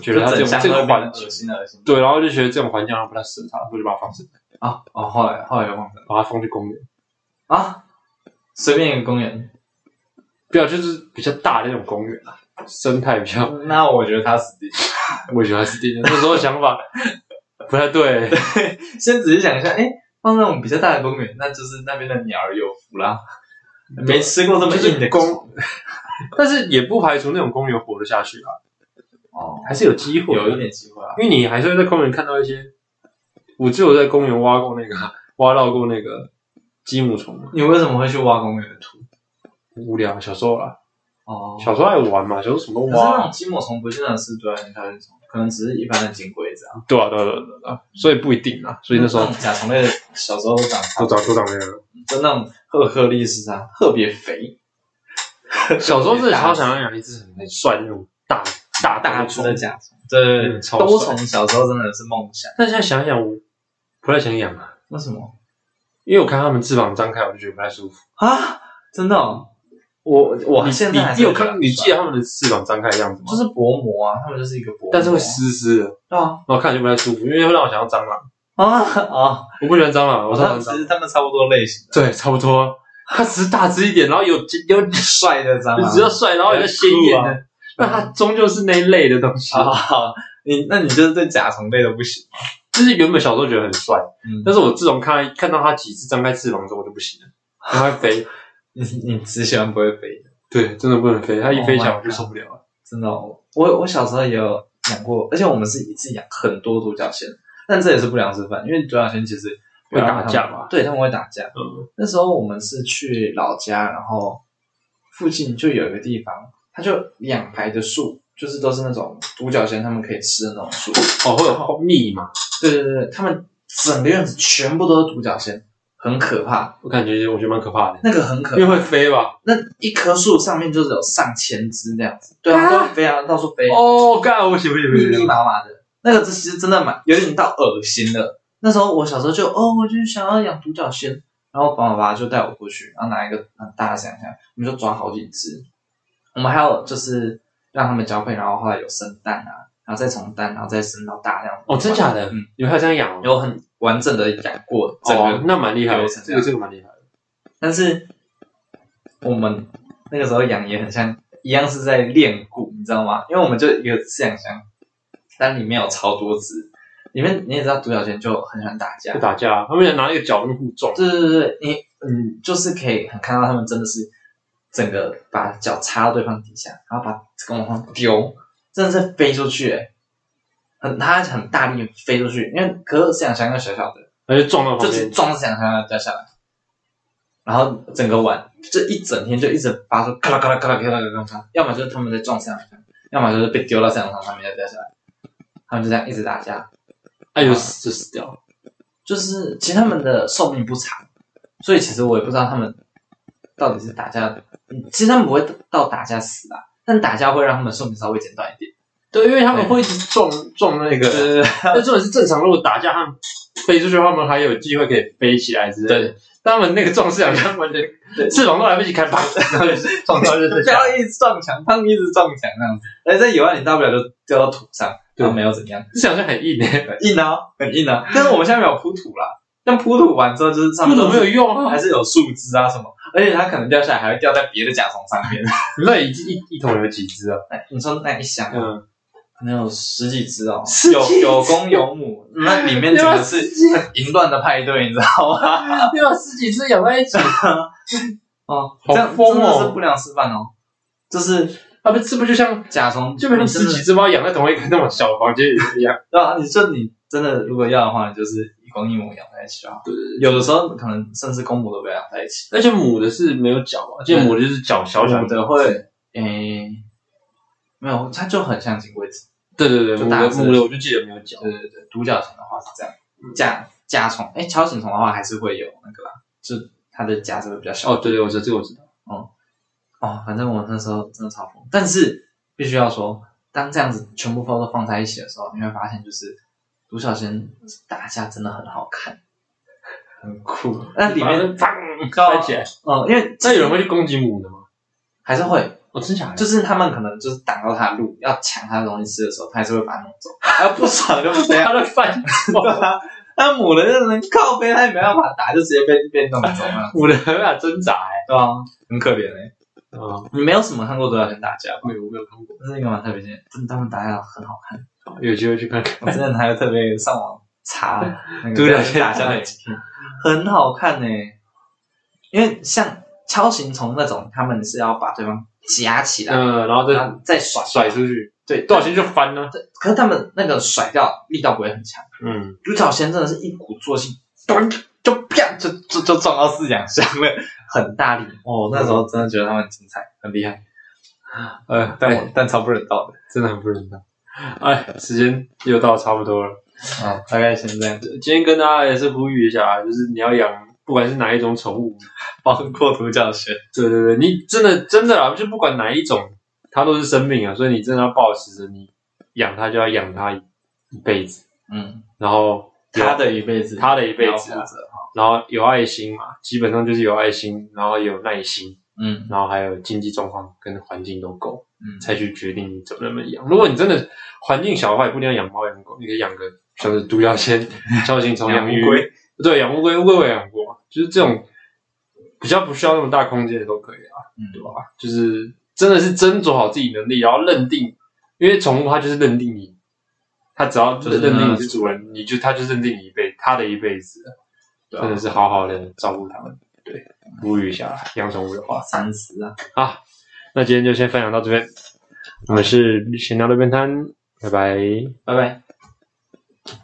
[SPEAKER 2] 觉得
[SPEAKER 1] 就
[SPEAKER 2] 他这
[SPEAKER 1] 整
[SPEAKER 2] 种
[SPEAKER 1] 箱
[SPEAKER 2] 这
[SPEAKER 1] 都
[SPEAKER 2] 个
[SPEAKER 1] 变得
[SPEAKER 2] 环
[SPEAKER 1] 恶
[SPEAKER 2] 境，
[SPEAKER 1] 心恶心
[SPEAKER 2] 对，然后就觉得这种环境好像不太适合他，我就把它放生，
[SPEAKER 1] 啊，哦，后来后来又忘了
[SPEAKER 2] 把它放去公园。
[SPEAKER 1] 啊，随便一个公园，
[SPEAKER 2] 对啊，就是比较大的那种公园啊，生态比较，
[SPEAKER 1] 嗯那我觉得他死定 了。
[SPEAKER 2] 我觉得还是定的。那时候想法不太对，
[SPEAKER 1] 先仔细想一下，哎、放那种比较大的公园，那就是那边的鸟儿有福啦，没吃 过这么
[SPEAKER 2] 就是
[SPEAKER 1] 硬的
[SPEAKER 2] 公，但是也不排除那种公园活得下去啊，
[SPEAKER 1] 哦，
[SPEAKER 2] 还是有机会的。
[SPEAKER 1] 有一点机会啊。
[SPEAKER 2] 因为你还是会在公园看到一些，我只有在公园挖过那个，挖到过那个积木虫嘛，
[SPEAKER 1] 你为什么会去挖公园的土？
[SPEAKER 2] 无聊，小时候啊，
[SPEAKER 1] 哦，
[SPEAKER 2] 小时候爱玩嘛，小时候什么
[SPEAKER 1] 可
[SPEAKER 2] 都
[SPEAKER 1] 是那
[SPEAKER 2] 挖，
[SPEAKER 1] 种筋膜虫不见得是对人条虫，可能只是一般的金龟子啊。
[SPEAKER 2] 对啊，对啊，对啊，对啊，所以不一定啊，所以那时候
[SPEAKER 1] 种甲虫类的小时候都长
[SPEAKER 2] 都
[SPEAKER 1] 长，
[SPEAKER 2] 长都长那样。
[SPEAKER 1] 就那种赫赫利是啊，特别肥，
[SPEAKER 2] 小时候真的超想要养一只很很帅的那种大大
[SPEAKER 1] 大只
[SPEAKER 2] 虫
[SPEAKER 1] 的甲虫。对对对，
[SPEAKER 2] 嗯超
[SPEAKER 1] 兜
[SPEAKER 2] 帅
[SPEAKER 1] 虫小时候真的是梦想。
[SPEAKER 2] 但现在想想，我不太想养啊，
[SPEAKER 1] 为什么
[SPEAKER 2] 因为我看他们翅膀张开，我就觉得不太舒服。
[SPEAKER 1] 啊？真的哦、我我
[SPEAKER 2] 你
[SPEAKER 1] 现在还
[SPEAKER 2] 你
[SPEAKER 1] 是
[SPEAKER 2] 你有
[SPEAKER 1] 觉得
[SPEAKER 2] 看你记得他们的翅膀张开的样子吗？
[SPEAKER 1] 啊就是薄膜啊，它们就是一个薄膜啊，
[SPEAKER 2] 但是会湿湿的，
[SPEAKER 1] 对啊。
[SPEAKER 2] 然后看起来就不太舒服，因为会让我想到蟑螂。
[SPEAKER 1] 啊啊！
[SPEAKER 2] 我不喜欢蟑螂，我
[SPEAKER 1] 我
[SPEAKER 2] 超
[SPEAKER 1] 他
[SPEAKER 2] 喜
[SPEAKER 1] 们
[SPEAKER 2] 欢
[SPEAKER 1] 其
[SPEAKER 2] 蟑
[SPEAKER 1] 实
[SPEAKER 2] 螂。
[SPEAKER 1] 他们差不多类型的，
[SPEAKER 2] 对，差不多。啊它只是大只一点，然后有 有
[SPEAKER 1] 帅的啊蟑螂。
[SPEAKER 2] 比较帅，然后有鲜艳
[SPEAKER 1] 很
[SPEAKER 2] 的，那它终究是那一类的东西。
[SPEAKER 1] 啊，好你那你就是对甲虫类的不行。
[SPEAKER 2] 就是原本小时候觉得很帅，
[SPEAKER 1] 嗯，
[SPEAKER 2] 但是我自从看看到它几次张开翅膀之后，我就不行了，它会飞。
[SPEAKER 1] 你你只喜欢不会飞的，
[SPEAKER 2] 对，真的不能飞，它一
[SPEAKER 1] Oh
[SPEAKER 2] 飞起
[SPEAKER 1] my
[SPEAKER 2] 来我就受不了了。
[SPEAKER 1] 真的哦、我我小时候也有养过，而且我们是一次养很多独角仙，但这也是不良示范，因为独角仙其实
[SPEAKER 2] 会打架嘛
[SPEAKER 1] 对啊他们会打架。
[SPEAKER 2] 嗯，
[SPEAKER 1] 那时候我们是去老家，然后附近就有一个地方，它就两排的树，就是都是那种独角仙他们可以吃的那种树。
[SPEAKER 2] 哦，会有蜜嘛？
[SPEAKER 1] 对对对，他们整个院子全部都是独角仙，很可怕，
[SPEAKER 2] 我感觉我觉得蛮可怕的，
[SPEAKER 1] 那个很可
[SPEAKER 2] 因为会飞吧？
[SPEAKER 1] 那一棵树上面就是有上千只这样子，对啊，
[SPEAKER 2] 啊
[SPEAKER 1] 都会飞啊，到处飞，
[SPEAKER 2] 哦，干，我喜欢喜欢
[SPEAKER 1] 密密
[SPEAKER 2] 喜欢
[SPEAKER 1] 麻麻的。那个其实真的蛮有点到恶心了。那时候我小时候就哦，我就想要养独角仙，然后爸爸爸就带我过去，然后拿一个很大的伞下，我们就抓好几只。我们还有就是让他们交配，然后后来有生蛋啊，然后再从蛋，然后再生到大量。
[SPEAKER 2] 哦，真假的
[SPEAKER 1] 嗯，？
[SPEAKER 2] 你们还有这样养哦？
[SPEAKER 1] 有很完整的养过整个
[SPEAKER 2] 哦，那蛮厉害的，
[SPEAKER 1] 流程这
[SPEAKER 2] 这
[SPEAKER 1] 样
[SPEAKER 2] 个这个蛮厉害的。
[SPEAKER 1] 但是我们那个时候养也很像，一样是在练蛊，你知道吗？因为我们就一个饲养箱，但里面有超多只，里面你也知道独角仙就很喜欢打架
[SPEAKER 2] 就，打架，啊他们拿那个脚那互撞，
[SPEAKER 1] 对对对，对你嗯就是可以很看到他们真的是整个把脚插到对方底下，然后把这个往上丢，真的是飞出去、欸，很它很大力飞出去，因为可是饲养箱又小小的。
[SPEAKER 2] 然后就撞到旁
[SPEAKER 1] 就是
[SPEAKER 2] 边。
[SPEAKER 1] 撞墙上掉下来，然后整个碗这一整天就一直发出咔啦咔啦咔啦咔啦咔啦咔啦，要么就是他们在撞墙上，要么就是被丢到墙上上面再掉下来，他们就这样一直打架，
[SPEAKER 2] 哎呦，就死就死掉了。
[SPEAKER 1] 就是其实他们的寿命不长，所以其实我也不知道他们到底是打架，嗯其实他们不会到打架死啊，但打架会让他们寿命稍微减短一点，
[SPEAKER 2] 对，因为他们会一直撞撞那
[SPEAKER 1] 对
[SPEAKER 2] 个，
[SPEAKER 1] 对对
[SPEAKER 2] 那重点是正常，如果打架他们飞出去，他们还有机会可以飞起来之类的。但他们那个撞是两下，完全
[SPEAKER 1] 对
[SPEAKER 2] 翅膀都来不及开，啪，然后就是撞到就是
[SPEAKER 1] 不要一直撞墙，他们一直撞墙那样子，而在野外你大不了就掉到土上，
[SPEAKER 2] 对
[SPEAKER 1] 然后没有怎样。
[SPEAKER 2] 这两下很硬诶，
[SPEAKER 1] 很硬啊，很硬啊。但是我们现在没有铺土啦，但铺土完之后就是上
[SPEAKER 2] 这
[SPEAKER 1] 面
[SPEAKER 2] 种
[SPEAKER 1] 都
[SPEAKER 2] 没有
[SPEAKER 1] 是
[SPEAKER 2] 用啊
[SPEAKER 1] 还，是有树枝啊什么，而且它可能掉下来还会掉在别的甲虫上面。
[SPEAKER 2] 你知道一一一桶有几只啊？
[SPEAKER 1] 哎 你说那一箱啊
[SPEAKER 2] 嗯，
[SPEAKER 1] 可能有十几只哦，
[SPEAKER 2] 十
[SPEAKER 1] 有
[SPEAKER 2] 几只
[SPEAKER 1] 有公有母，那里
[SPEAKER 2] 嗯
[SPEAKER 1] 面整个是
[SPEAKER 2] 对
[SPEAKER 1] 很淫乱的派对，你知道吗？
[SPEAKER 2] 对啊，十几只养在一起，
[SPEAKER 1] 哦，
[SPEAKER 2] 好
[SPEAKER 1] 这样
[SPEAKER 2] 疯哦
[SPEAKER 1] 真的是不良示范哦，就是
[SPEAKER 2] 他们是不是就像
[SPEAKER 1] 甲虫
[SPEAKER 2] 就变成
[SPEAKER 1] 你真
[SPEAKER 2] 十
[SPEAKER 1] 的
[SPEAKER 2] 几只猫养在同一个那种小房间里一样？
[SPEAKER 1] 对啊，你说你真的如果要的话，你就是一公一母养在一起啊。
[SPEAKER 2] 对对对。
[SPEAKER 1] 有的时候可能甚至公母都不要养在一起。
[SPEAKER 2] 而且母的是没有脚啊，而且母的就是脚小小
[SPEAKER 1] 母的会，啊诶、没有，它就很像金龟子。
[SPEAKER 2] 对对对，
[SPEAKER 1] 就
[SPEAKER 2] 母
[SPEAKER 1] 大
[SPEAKER 2] 的
[SPEAKER 1] 只的
[SPEAKER 2] 母的我就记得没有脚，
[SPEAKER 1] 对对对，独角虫的话是这样，
[SPEAKER 2] 嗯
[SPEAKER 1] 甲甲虫，诶，锹形虫的话还是会有那个啦，就它的甲是会比较小。
[SPEAKER 2] 哦，对对，我知道这个我知道。
[SPEAKER 1] 哦，反正我那时候真的超疯，但是必须要说，当这样子全部都放在一起的时候，你会发现就是独角仙打架真的很好看，很酷。那里面，
[SPEAKER 2] 砰
[SPEAKER 1] 高
[SPEAKER 2] 翻起来，
[SPEAKER 1] 嗯，因为
[SPEAKER 2] 啊那有人会去攻击母的吗？
[SPEAKER 1] 还是会，
[SPEAKER 2] 哦，真假的？
[SPEAKER 1] 就是他们可能就是挡到他的路，要抢他的东西吃的时候，他还是会把它弄走，然后不爽就不这样。
[SPEAKER 2] 他的饭，，
[SPEAKER 1] 那母的就能靠背，他也没办法打，就直接被被弄走了
[SPEAKER 2] 母的没办法挣扎哎。
[SPEAKER 1] 对啊，很可怜哎、
[SPEAKER 2] 啊，
[SPEAKER 1] 你没有什么看过独角仙打架吧？
[SPEAKER 2] 没有，我没有看过，
[SPEAKER 1] 这是一个蛮特别的，真的他们打架很好看。
[SPEAKER 2] 有机会去看看。
[SPEAKER 1] 我之前还有特别上网查那个
[SPEAKER 2] 独角仙
[SPEAKER 1] 打架的影片，很好看呢、因为像锹形虫那种，他们是要把对方夹起来，
[SPEAKER 2] 嗯，然后
[SPEAKER 1] 然
[SPEAKER 2] 再
[SPEAKER 1] 后再甩
[SPEAKER 2] 甩出去，
[SPEAKER 1] 对，
[SPEAKER 2] 多少钱就翻呢？
[SPEAKER 1] 对可是他们那个甩掉力道不会很强，
[SPEAKER 2] 嗯，
[SPEAKER 1] 独角仙真的是一鼓作气，咚就啪就就就撞到饲养箱了，很大力哦。那时候真的觉得他们很精彩，很厉害，
[SPEAKER 2] 呃，
[SPEAKER 1] 但
[SPEAKER 2] 对，
[SPEAKER 1] 我但超不人道的
[SPEAKER 2] 真的很不容易。哎，时间又到差不多了。
[SPEAKER 1] 啊、大概先这样，
[SPEAKER 2] 今天跟大家也是呼吁一下啊，就是你要养，不管是哪一种宠物，
[SPEAKER 1] 包括独角仙，
[SPEAKER 2] 对对对，你真的真的啦，就不管哪一种，它都是生命啊，所以你真的要保持着你养它就要养它一一辈子，
[SPEAKER 1] 嗯，
[SPEAKER 2] 然后有
[SPEAKER 1] 他的一辈子，
[SPEAKER 2] 它的一辈子
[SPEAKER 1] 要
[SPEAKER 2] 啊
[SPEAKER 1] 负，责
[SPEAKER 2] 然后有爱心嘛，基本上就是有爱心，然后有耐心，
[SPEAKER 1] 嗯
[SPEAKER 2] 然后还有经济状况跟环境都够，
[SPEAKER 1] 嗯，
[SPEAKER 2] 才去决定你怎么那么养。如果你真的环境小的话，也不一定要养猫养狗，你可以养个像是独 角仙、锹形虫、
[SPEAKER 1] 养
[SPEAKER 2] 养
[SPEAKER 1] 乌
[SPEAKER 2] 鱼
[SPEAKER 1] 龟，
[SPEAKER 2] 对，养乌龟，乌龟我也养过嘛，啊就是这种比较不需要那么大空间的都可以啊，
[SPEAKER 1] 嗯
[SPEAKER 2] 对吧？就是真的是斟酌好自己能力，然后认定，因为宠物它就是认定你，它只要就是认定你是主人，你就它就认定你一辈它的一辈子，
[SPEAKER 1] 对
[SPEAKER 2] 真的
[SPEAKER 1] 啊，
[SPEAKER 2] 是好好的照顾它们。对，呼吁一下养宠物的话
[SPEAKER 1] 三十啊，
[SPEAKER 2] 啊，那今天就先分享到这边，我们是闲聊的边摊，拜拜。
[SPEAKER 1] 拜拜。